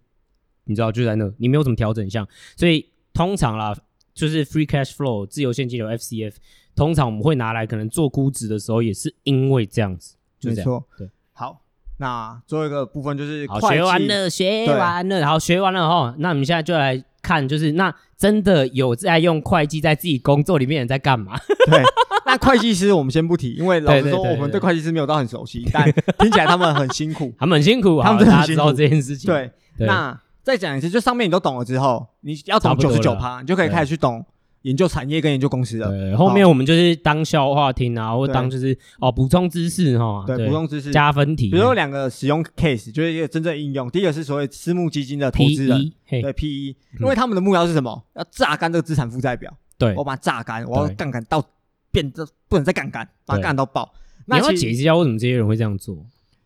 [SPEAKER 1] 你知道就在那，你没有什么调整项，所以通常啦，就是 free cash flow 自由现金流 FCF，通常我们会拿来可能做估值的时候，也是因为这样子，就
[SPEAKER 2] 没
[SPEAKER 1] 这样。
[SPEAKER 2] 错，
[SPEAKER 1] 对。
[SPEAKER 2] 好，那最后一个部分就是
[SPEAKER 1] 好，
[SPEAKER 2] 会
[SPEAKER 1] 学完
[SPEAKER 2] 计。
[SPEAKER 1] 了，学完了，好，学完了哈。那我们现在就来看，就是那真的有在用会计在自己工作里面的人在干嘛？
[SPEAKER 2] 对，那会计师我们先不提，因为老实
[SPEAKER 1] 对对
[SPEAKER 2] 说，
[SPEAKER 1] 对
[SPEAKER 2] 我们
[SPEAKER 1] 对
[SPEAKER 2] 对会计师没有到很熟悉，但听起来他们很辛
[SPEAKER 1] 。
[SPEAKER 2] 苦
[SPEAKER 1] 他们很辛苦，
[SPEAKER 2] 他
[SPEAKER 1] 好
[SPEAKER 2] 们真的
[SPEAKER 1] 大
[SPEAKER 2] 很
[SPEAKER 1] 家
[SPEAKER 2] 辛
[SPEAKER 1] 知
[SPEAKER 2] 苦
[SPEAKER 1] 道这件事情。
[SPEAKER 2] 对，
[SPEAKER 1] 对，
[SPEAKER 2] 那再讲一次，就上面你都懂了之后，你要懂
[SPEAKER 1] 差不多
[SPEAKER 2] 九
[SPEAKER 1] 了
[SPEAKER 2] 十九趴，你就可以
[SPEAKER 1] 对
[SPEAKER 2] 开始去懂研究产业跟研究公司了。
[SPEAKER 1] 对后面我们就是当笑话听啊，或
[SPEAKER 2] 对
[SPEAKER 1] 当就是哦补充知识哈，
[SPEAKER 2] 对，补充知识。
[SPEAKER 1] 加分题，
[SPEAKER 2] 比如说有两个使用 case，就是一个真正应用。第一个是所谓私募基金的投资人，
[SPEAKER 1] PE，嘿，E，
[SPEAKER 2] 对 PE，因
[SPEAKER 1] 嗯
[SPEAKER 2] 为他们的目标是什么？要榨干这个资产负债表。
[SPEAKER 1] 对
[SPEAKER 2] 我，把它榨干，我要
[SPEAKER 1] 对
[SPEAKER 2] 杠杆到变这不能再杠杆，把它
[SPEAKER 1] 对
[SPEAKER 2] 杠杆到爆。
[SPEAKER 1] 你要不
[SPEAKER 2] 那
[SPEAKER 1] 要
[SPEAKER 2] 其
[SPEAKER 1] 解
[SPEAKER 2] 实
[SPEAKER 1] 释一下为什么这些人会这样做，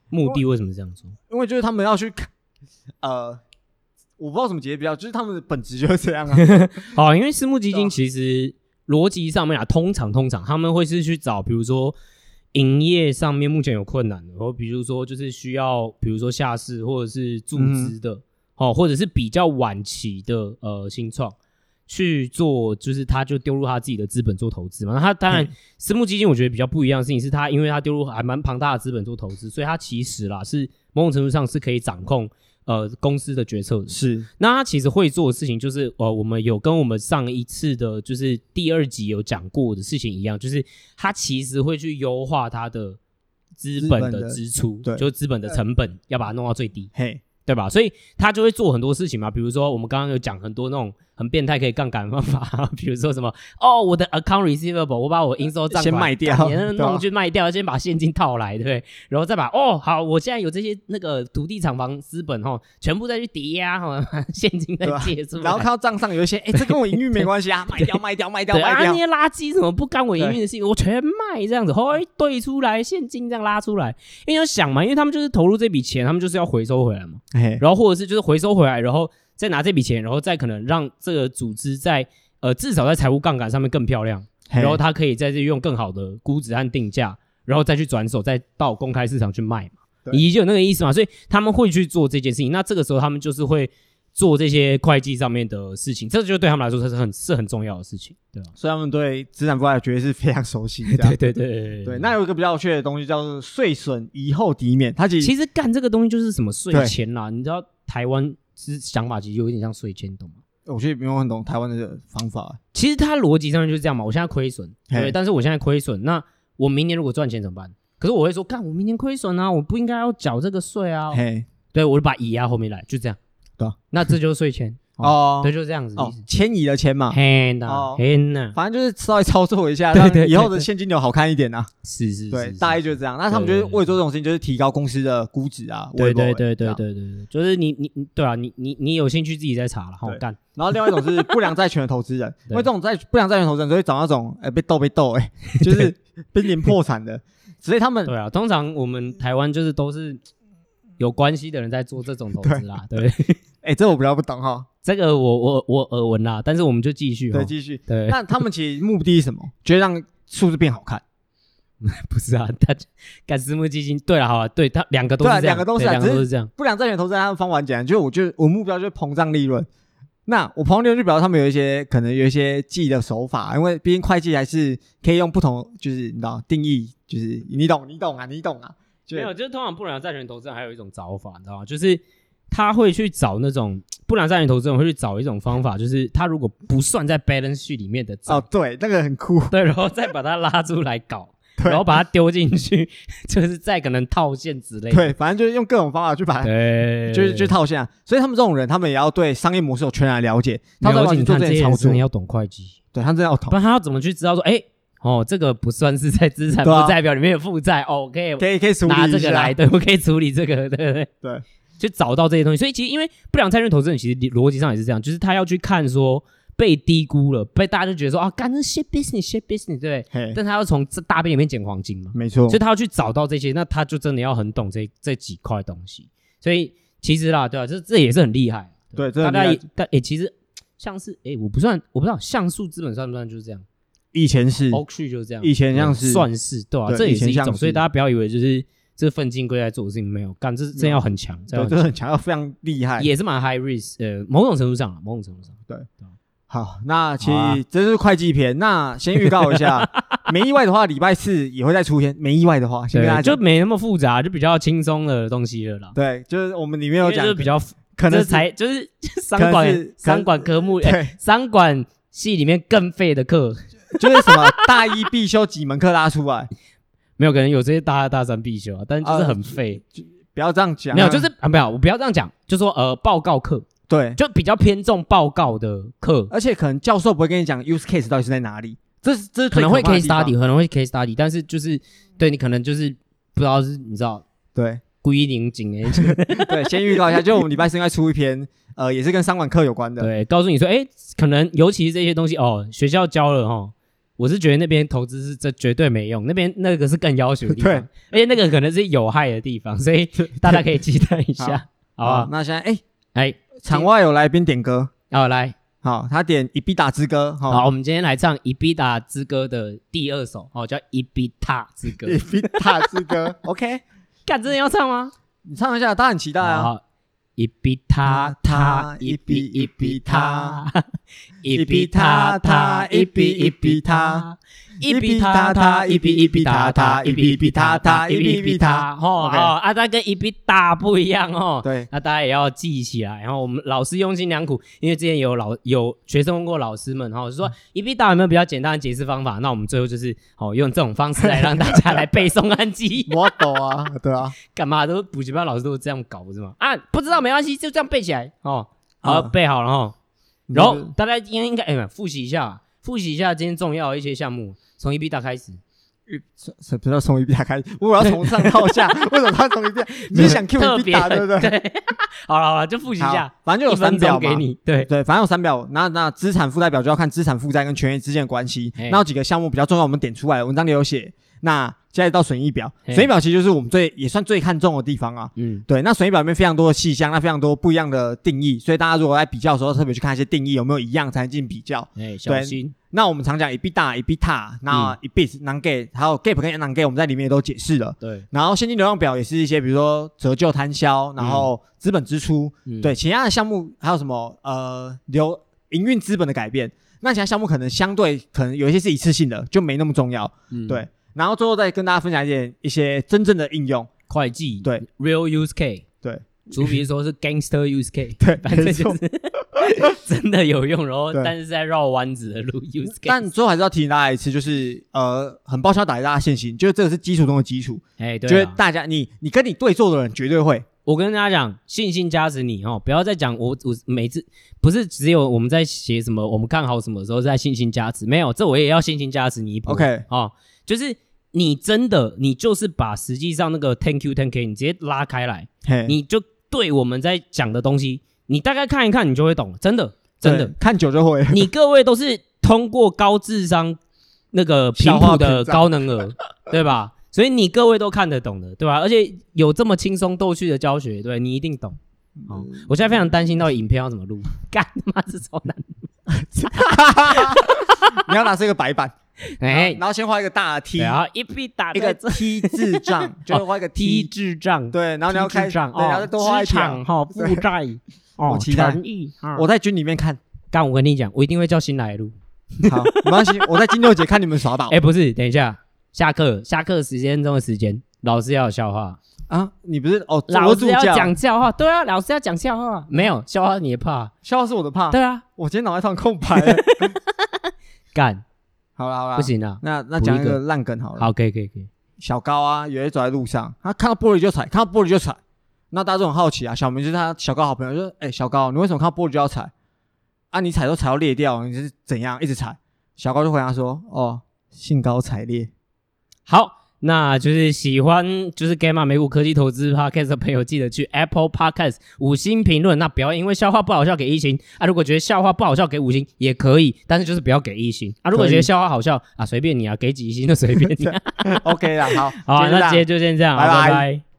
[SPEAKER 1] 目的为什么这样做？
[SPEAKER 2] 因为就是他们要去看， 呃，我不知道怎么解释比较，就是他们的本质就是这样 啊。
[SPEAKER 1] 哦，因为私募基
[SPEAKER 2] 对
[SPEAKER 1] 金
[SPEAKER 2] 啊
[SPEAKER 1] 其实逻辑上面啊，通常通常他们会是去找，比如说营业上面目前有困难的，或比如说就是需要，比如说下市或者是注资的，
[SPEAKER 2] 嗯
[SPEAKER 1] 哦，或者是比较晚期的呃新创。去做，就是他就丢入他自己的资本做投资嘛。那他
[SPEAKER 2] 嗯
[SPEAKER 1] 当然，私募基金我觉得比较不一样的事情是，他因为他丢入还蛮庞大的资本做投资，所以他其实啦是某种程度上是可以掌控呃公司的决策的。
[SPEAKER 2] 是，
[SPEAKER 1] 那他其实会做的事情就是，呃，我们有跟我们上一次的，就是第二集有讲过的事情一样，就是他其实会去优化他的资本
[SPEAKER 2] 资本
[SPEAKER 1] 的
[SPEAKER 2] 的
[SPEAKER 1] 支出，
[SPEAKER 2] 对
[SPEAKER 1] 就是资本的成本要把它弄到最低，
[SPEAKER 2] 嘿，
[SPEAKER 1] 对吧？所以他就会做很多事情嘛，比如说我们刚刚有讲很多那种很变态可以杠杆的方法， 比如说什么哦，我的 account receivable，我把我应收账款
[SPEAKER 2] 先卖掉
[SPEAKER 1] 干你
[SPEAKER 2] 对
[SPEAKER 1] 弄
[SPEAKER 2] 吧
[SPEAKER 1] 去卖掉，先把现金套来，对不对？然后再把哦，好，我现在有这些那个土地厂房资本哈，全部再去抵押哈， 现金再
[SPEAKER 2] 对吧
[SPEAKER 1] 借出来，
[SPEAKER 2] 然后看到账上 有一些，哎，这跟我营运没关系啊，卖掉，卖掉，卖掉，
[SPEAKER 1] 对
[SPEAKER 2] 卖
[SPEAKER 1] 啊，那
[SPEAKER 2] 掉。
[SPEAKER 1] 些垃圾怎么不干我营运的事情，我全卖这样子，后来兑出来现金这样拉出来，因为要想嘛，因为他们就是投入这笔钱，他们就是要回收回来嘛。
[SPEAKER 2] 嘿，
[SPEAKER 1] 然后或者是就是回收回来，然后再拿这笔钱，然后再可能让这个组织在呃至少在财务杠杆上面更漂亮，
[SPEAKER 2] 嘿
[SPEAKER 1] 然后它可以在这用更好的估值和定价，然后再去转手，再到公开市场去卖嘛，
[SPEAKER 2] 对
[SPEAKER 1] 你就有那个意思嘛，所以他们会去做这件事情。那这个时候他们就是会做这些会计上面的事情，这就对他们来说这是很是很重要的事情，对啊吧？
[SPEAKER 2] 所以他们对资产负债表绝对是非常熟悉的。
[SPEAKER 1] 对对对对
[SPEAKER 2] 对，那有一个比较有趣的东西叫做税损遗后抵免，它其实
[SPEAKER 1] 其实干这个东西就是什么税
[SPEAKER 2] 对
[SPEAKER 1] 前啦，你知道台湾是想法其实有点像税前，你懂吗？
[SPEAKER 2] 我觉得没有很懂台湾的方法。
[SPEAKER 1] 其实它逻辑上面就是这样嘛，我现在亏损，
[SPEAKER 2] 嘿
[SPEAKER 1] 对，但是我现在亏损，那我明年如果赚钱怎么办？可是我会说，干，我明年亏损啊，我不应该要缴这个税啊，
[SPEAKER 2] 嘿，
[SPEAKER 1] 对，我就把它移压后面来，就这样，
[SPEAKER 2] 对啊
[SPEAKER 1] 那这就是税前，
[SPEAKER 2] 哦
[SPEAKER 1] 对，就这样子的意
[SPEAKER 2] 哦
[SPEAKER 1] 思。，
[SPEAKER 2] 迁移的迁嘛，
[SPEAKER 1] 嘿呐
[SPEAKER 2] 哦，
[SPEAKER 1] 嘿呐，
[SPEAKER 2] 反正就是稍微操作一 下，
[SPEAKER 1] 对
[SPEAKER 2] 让
[SPEAKER 1] 对对
[SPEAKER 2] 以后的现金流好看一点啊。
[SPEAKER 1] 是是
[SPEAKER 2] 对
[SPEAKER 1] 是，，
[SPEAKER 2] 大概就是这样。那他们就是
[SPEAKER 1] 对对对
[SPEAKER 2] 为了做这种事情，就是提高公司的估值啊。
[SPEAKER 1] 对对
[SPEAKER 2] weibo
[SPEAKER 1] 对
[SPEAKER 2] 这
[SPEAKER 1] 对
[SPEAKER 2] 样
[SPEAKER 1] 对对对，就是你你你对啊，你你你有兴趣自己再查了，好
[SPEAKER 2] 对
[SPEAKER 1] 干，
[SPEAKER 2] 然后另外一种是不良债权的投资人，
[SPEAKER 1] 对
[SPEAKER 2] 因为这种债不良债权投资人都会找那种哎、被斗被斗 哎、就是濒临破产的，所以他们
[SPEAKER 1] 对啊，通常我们台湾就是都是有关系的人在做这种投资啦，对，
[SPEAKER 2] 哎、这我比较不懂哈。
[SPEAKER 1] 这个我我我耳闻啦，但是我们就继续哦
[SPEAKER 2] 对，，继续。
[SPEAKER 1] 对，
[SPEAKER 2] 但他们其实目的是什么？就是让数字变好看。
[SPEAKER 1] 不是 啊，他干私募基金，对了，好啊，对他两个都是
[SPEAKER 2] 对啊
[SPEAKER 1] 这样，
[SPEAKER 2] 两个都是啊
[SPEAKER 1] 对两
[SPEAKER 2] 只
[SPEAKER 1] 个
[SPEAKER 2] 是
[SPEAKER 1] 都是这样，
[SPEAKER 2] 不良债权投资人他们方法很简单，就是我就我目标就是膨胀利润。那我膨胀利润就表示他们有一些可能有一些记的手法，因为毕竟会计还是可以用不同，就是你知道定义，就是你懂你懂啊，你懂啊。就
[SPEAKER 1] 没有，就是通常不良债权投资人还有一种找法，你知道吗？就是他会去找那种不良债权投资人会去找一种方法，就是他如果不算在 balance sheet 里面的账，
[SPEAKER 2] 哦，对，那个很 酷。
[SPEAKER 1] 对，然后再把它拉出来搞，
[SPEAKER 2] 对
[SPEAKER 1] 然后把它丢进去， 就是再可能套现之类的。
[SPEAKER 2] 对，反正就是用各种方法去把它
[SPEAKER 1] 对，
[SPEAKER 2] 就是就套现、啊，所以他们这种人，他们也要对商业模式有全然了解，他
[SPEAKER 1] 没
[SPEAKER 2] 们
[SPEAKER 1] 有
[SPEAKER 2] 才
[SPEAKER 1] 而且
[SPEAKER 2] 完
[SPEAKER 1] 你
[SPEAKER 2] 全做
[SPEAKER 1] 看
[SPEAKER 2] 这
[SPEAKER 1] 这些
[SPEAKER 2] 些操
[SPEAKER 1] 人
[SPEAKER 2] 作哦
[SPEAKER 1] 真的。要懂会计，
[SPEAKER 2] 对，他们真的要
[SPEAKER 1] 不
[SPEAKER 2] 懂，
[SPEAKER 1] 然他要怎么去知道说，哎，哦，这个不算是在资产
[SPEAKER 2] 对啊
[SPEAKER 1] 负债表里面有负债哦，OK，
[SPEAKER 2] 可以可以处理
[SPEAKER 1] 拿
[SPEAKER 2] 一
[SPEAKER 1] 这个
[SPEAKER 2] 下
[SPEAKER 1] 来，对，我可以处理这个，对 对对，
[SPEAKER 2] 对
[SPEAKER 1] 就找到这些东西。所以其实因为不良债权投资人，其实逻辑上也是这样，就是他要去看说被低估了，被大家就觉得说啊，干那 shit business shit business，对，
[SPEAKER 2] 嘿，
[SPEAKER 1] 但他要从这大便里面捡黄金嘛，
[SPEAKER 2] 没错
[SPEAKER 1] 所以，他要去找到这些，那他就真的要很懂这这几块东西。所以其实啦，对啊，这这也是很厉害，
[SPEAKER 2] 对，这
[SPEAKER 1] 大家也
[SPEAKER 2] 个
[SPEAKER 1] 但也其实。像是哎、我不算，我不知道像素资本算不算就是这样
[SPEAKER 2] 以前是
[SPEAKER 1] o k 就是这样，
[SPEAKER 2] 以前像是
[SPEAKER 1] 算是对啊，
[SPEAKER 2] 对
[SPEAKER 1] 这也
[SPEAKER 2] 以前
[SPEAKER 1] 是一
[SPEAKER 2] 像
[SPEAKER 1] 种，
[SPEAKER 2] 是
[SPEAKER 1] 所以大家不要以为就是这奋进归来做的事情没有干，这是真要很强，这
[SPEAKER 2] 对，
[SPEAKER 1] 样
[SPEAKER 2] 这个很强，要非常厉害。
[SPEAKER 1] 也是蛮 high risk，呃，某种程度上啊，某种程度上，
[SPEAKER 2] 好，那其
[SPEAKER 1] 好啊
[SPEAKER 2] 实这是会计篇，那先预告 一下，没意外的话，礼拜四也会再出现。没意外的话，先跟大家
[SPEAKER 1] 对，就
[SPEAKER 2] 讲，
[SPEAKER 1] 没那么复杂，就比较轻松的东西了啦。
[SPEAKER 2] 对，就是我们里面
[SPEAKER 1] 因
[SPEAKER 2] 有
[SPEAKER 1] 为就
[SPEAKER 2] 讲
[SPEAKER 1] 是，比较，
[SPEAKER 2] 可
[SPEAKER 1] 这
[SPEAKER 2] 能是
[SPEAKER 1] 才就是商
[SPEAKER 2] 可能
[SPEAKER 1] 管
[SPEAKER 2] 是
[SPEAKER 1] 商管科目，哎，
[SPEAKER 2] 对，
[SPEAKER 1] 商管系里面更废的课，
[SPEAKER 2] 就是什么大一必修几门课拉出来，
[SPEAKER 1] 没有可能有这些大二大三必修啊，但就是
[SPEAKER 2] 啊
[SPEAKER 1] 很废。
[SPEAKER 2] 不要这样讲啊，
[SPEAKER 1] 没有，就是啊，没有，我不要这样讲，就说呃，报告课
[SPEAKER 2] 对，
[SPEAKER 1] 就比较偏重报告的课，
[SPEAKER 2] 而且可能教授不会跟你讲 use case 到底是在哪里，这是这是
[SPEAKER 1] 可
[SPEAKER 2] 最
[SPEAKER 1] 能会
[SPEAKER 2] 怕的
[SPEAKER 1] case
[SPEAKER 2] 地方
[SPEAKER 1] study，可能会 case study，但是就是对你可能就是不知道是你知道
[SPEAKER 2] 对
[SPEAKER 1] 归零紧哎，
[SPEAKER 2] 对，先预告一下，就我们礼拜四应该出一篇，呃，也是跟商管课有关的。
[SPEAKER 1] 对，告诉你说，哎，可能尤其是这些东西哦，学校教了哦，我是觉得那边投资是这绝对没用，那边那个是更要求的地方，
[SPEAKER 2] 对
[SPEAKER 1] 而且那个可能是有害的地方，所以大家可以期待一下，好啊
[SPEAKER 2] 好，
[SPEAKER 1] 吧？
[SPEAKER 2] 那现在哎，
[SPEAKER 1] 哎，
[SPEAKER 2] 场外有来宾点歌，
[SPEAKER 1] 好来，
[SPEAKER 2] 好，他点《一必打之歌》
[SPEAKER 1] 好，
[SPEAKER 2] 哈，
[SPEAKER 1] 我们今天来唱《伊比达之歌》的第二首，哦，叫《伊比塔之歌
[SPEAKER 2] 一》，必打之歌，OK，
[SPEAKER 1] 干，真的要唱吗？
[SPEAKER 2] 你唱一下，大家很期待啊。
[SPEAKER 1] 好，一比他他一比一比他， 一比他他一比一比他，一比他他一比一比他他一比一比他他一比一比他。哦
[SPEAKER 2] OK
[SPEAKER 1] 哦，啊，它跟一比大不一样哦。
[SPEAKER 2] 对，
[SPEAKER 1] 那大家也要记起来，然后我们老师用心良苦，因为之前有老有学生问过老师们，哈、哦，说一比大有没有比较简单的解释方法？那我们最后就是哦，用这种方式来让大家来背诵和记忆。
[SPEAKER 2] 我懂啊， 对啊，
[SPEAKER 1] 干嘛都补习班老师都是这样搞，不是吗？啊，不知道没关系，就这样背起来哦。好，
[SPEAKER 2] 嗯
[SPEAKER 1] 背好了哦。
[SPEAKER 2] 你
[SPEAKER 1] 然后
[SPEAKER 2] 就是
[SPEAKER 1] 大家今天应该哎、不复习一下，复习一下今天重要的一些项目，从一 B 大开始。
[SPEAKER 2] 什么叫从一必打开？我要从上到 下，为什么他从一 必打？你是想 Q
[SPEAKER 1] 特
[SPEAKER 2] 一必
[SPEAKER 1] 别
[SPEAKER 2] 打对不对？
[SPEAKER 1] 好了好了，就复习一
[SPEAKER 2] 好
[SPEAKER 1] 下，，
[SPEAKER 2] 反正就
[SPEAKER 1] 一
[SPEAKER 2] 有三
[SPEAKER 1] 分
[SPEAKER 2] 表
[SPEAKER 1] 钟
[SPEAKER 2] 嘛
[SPEAKER 1] 给你。对，
[SPEAKER 2] 对，反正有三表，那那资产负债表就要看资产负债跟权益之间的关系。
[SPEAKER 1] 嘿
[SPEAKER 2] 那有几个项目比较重要，我们点出来，文章里有写。那接下来到损益表，
[SPEAKER 1] 嘿
[SPEAKER 2] 损益表其实就是我们最也算最看重的地方啊。
[SPEAKER 1] 嗯，
[SPEAKER 2] 对，那损益表里面非常多的细项，那非常多不一样的定义，所以大家如果在比较的时候，特别去看一些定义有没有一样才能进行比较。
[SPEAKER 1] 哎、小心，
[SPEAKER 2] 那我们常讲 EBITDA、EBITDA，那
[SPEAKER 1] 嗯
[SPEAKER 2] EBIT、non GAAP，还有 GAAP 跟 non GAAP，我们在里面也都解释了。
[SPEAKER 1] 对，
[SPEAKER 2] 然后现金流量表也是一些，比如说折旧摊销，然后资本支出，
[SPEAKER 1] 嗯
[SPEAKER 2] 对，其他的项目还有什么呃流营运资本的改变，那其他项目可能相对可能有一些是一次性的，就没那么重要。
[SPEAKER 1] 嗯
[SPEAKER 2] 对，然后最后再跟大家分享一点一些真正的应用。
[SPEAKER 1] 会计，
[SPEAKER 2] 对
[SPEAKER 1] ，real use case，
[SPEAKER 2] 对，
[SPEAKER 1] 除非说是 gangster use case，
[SPEAKER 2] 对
[SPEAKER 1] 反正
[SPEAKER 2] 没
[SPEAKER 1] 就
[SPEAKER 2] 错
[SPEAKER 1] 是 真的有用，然后
[SPEAKER 2] 对
[SPEAKER 1] 但是在绕弯子的路 use case，
[SPEAKER 2] 但最后还是要提醒大家一次，就是呃，很抱歉要打击大家信心，就是这个是基础中的基础，
[SPEAKER 1] 哎、
[SPEAKER 2] 就是
[SPEAKER 1] 对啊，
[SPEAKER 2] 大家你你跟你对坐的人绝对会，
[SPEAKER 1] 我跟大家讲，信心加持你哦，不要再讲我我每次不是只有我们在写什么，我们看好什么时候在信心加持，没有，这我也要信心加持你一波。
[SPEAKER 2] OK
[SPEAKER 1] 哦，就是你真的，你就是把实际上那个 ten q ten k 你直接拉开来，
[SPEAKER 2] 嘿
[SPEAKER 1] 你就对我们在讲的东西，你大概看一看，你就会懂了，真的真的
[SPEAKER 2] 对。看久就 会。
[SPEAKER 1] 你各位都是通过高智商那个频
[SPEAKER 2] 消
[SPEAKER 1] 谱
[SPEAKER 2] 化
[SPEAKER 1] 的
[SPEAKER 2] 屏障
[SPEAKER 1] 高能儿，对 吧？所以你各位都看得懂的，对吧？而且有这么轻松逗趣的教学，对你一定懂。
[SPEAKER 2] 嗯
[SPEAKER 1] 哦，我现在非常担心到底影片要怎么录， 干他妈是超难。
[SPEAKER 2] 你要拿这个白板，
[SPEAKER 1] 哎，啊
[SPEAKER 2] 然后先画一个大的 T，
[SPEAKER 1] 然后一笔打
[SPEAKER 2] 一
[SPEAKER 1] 在
[SPEAKER 2] 个
[SPEAKER 1] 这
[SPEAKER 2] T 字账，就是画一个
[SPEAKER 1] 哦 T
[SPEAKER 2] T，
[SPEAKER 1] 智障，
[SPEAKER 2] 对，然后你要
[SPEAKER 1] T
[SPEAKER 2] 开
[SPEAKER 1] 智
[SPEAKER 2] 始，
[SPEAKER 1] 障
[SPEAKER 2] 对，然后
[SPEAKER 1] 哦，
[SPEAKER 2] 再多画一
[SPEAKER 1] 职
[SPEAKER 2] 条
[SPEAKER 1] 场。哈负 债哦，
[SPEAKER 2] 我期待
[SPEAKER 1] 诚意啊。
[SPEAKER 2] 我在军里面 看，
[SPEAKER 1] 干，我跟你讲，我一定会叫新来录。
[SPEAKER 2] 好，没关系，我在金六姐看你们耍宝
[SPEAKER 1] 哎，不是，等一下，下课下课时间中的时间，老师要有笑话。
[SPEAKER 2] 啊！你不是哦，
[SPEAKER 1] 老
[SPEAKER 2] 我主
[SPEAKER 1] 师要
[SPEAKER 2] 教，
[SPEAKER 1] 讲笑话，对啊，老师要讲笑话，没有笑话你也怕，
[SPEAKER 2] 笑话是我的怕，
[SPEAKER 1] 对啊，
[SPEAKER 2] 我今天脑袋上 空白了。
[SPEAKER 1] 干
[SPEAKER 2] 好了好了，
[SPEAKER 1] 不，行啊，
[SPEAKER 2] 那那
[SPEAKER 1] 补一
[SPEAKER 2] 讲一
[SPEAKER 1] 个
[SPEAKER 2] 个烂梗好了。
[SPEAKER 1] 好，可以可以可以，
[SPEAKER 2] 小高啊，有一走在路上，他看到玻璃就踩，看到玻璃就踩。那大家都很好奇啊，小明就是他小高好朋友，就说：“哎、小高，你为什么看到玻璃就要踩？啊，你踩都踩到裂掉，你是怎样一直踩？”小高就回答说：“哦，兴高 采烈。
[SPEAKER 1] 好。那就是喜欢就是 Gamma 美股科技投资 Podcast 的朋友，记得去 Apple Podcast 五星评论。那不要因为笑话不好笑给一星啊，如果觉得笑话不好笑给五星也可以，但是就是不要给一星啊。如果觉得笑话好笑 啊，随便你啊，给几星就随便你、啊。
[SPEAKER 2] OK 啦，好，
[SPEAKER 1] 好啊、
[SPEAKER 2] 今天就这
[SPEAKER 1] 那
[SPEAKER 2] 样
[SPEAKER 1] 今天就先这样啊，
[SPEAKER 2] 拜拜
[SPEAKER 1] 拜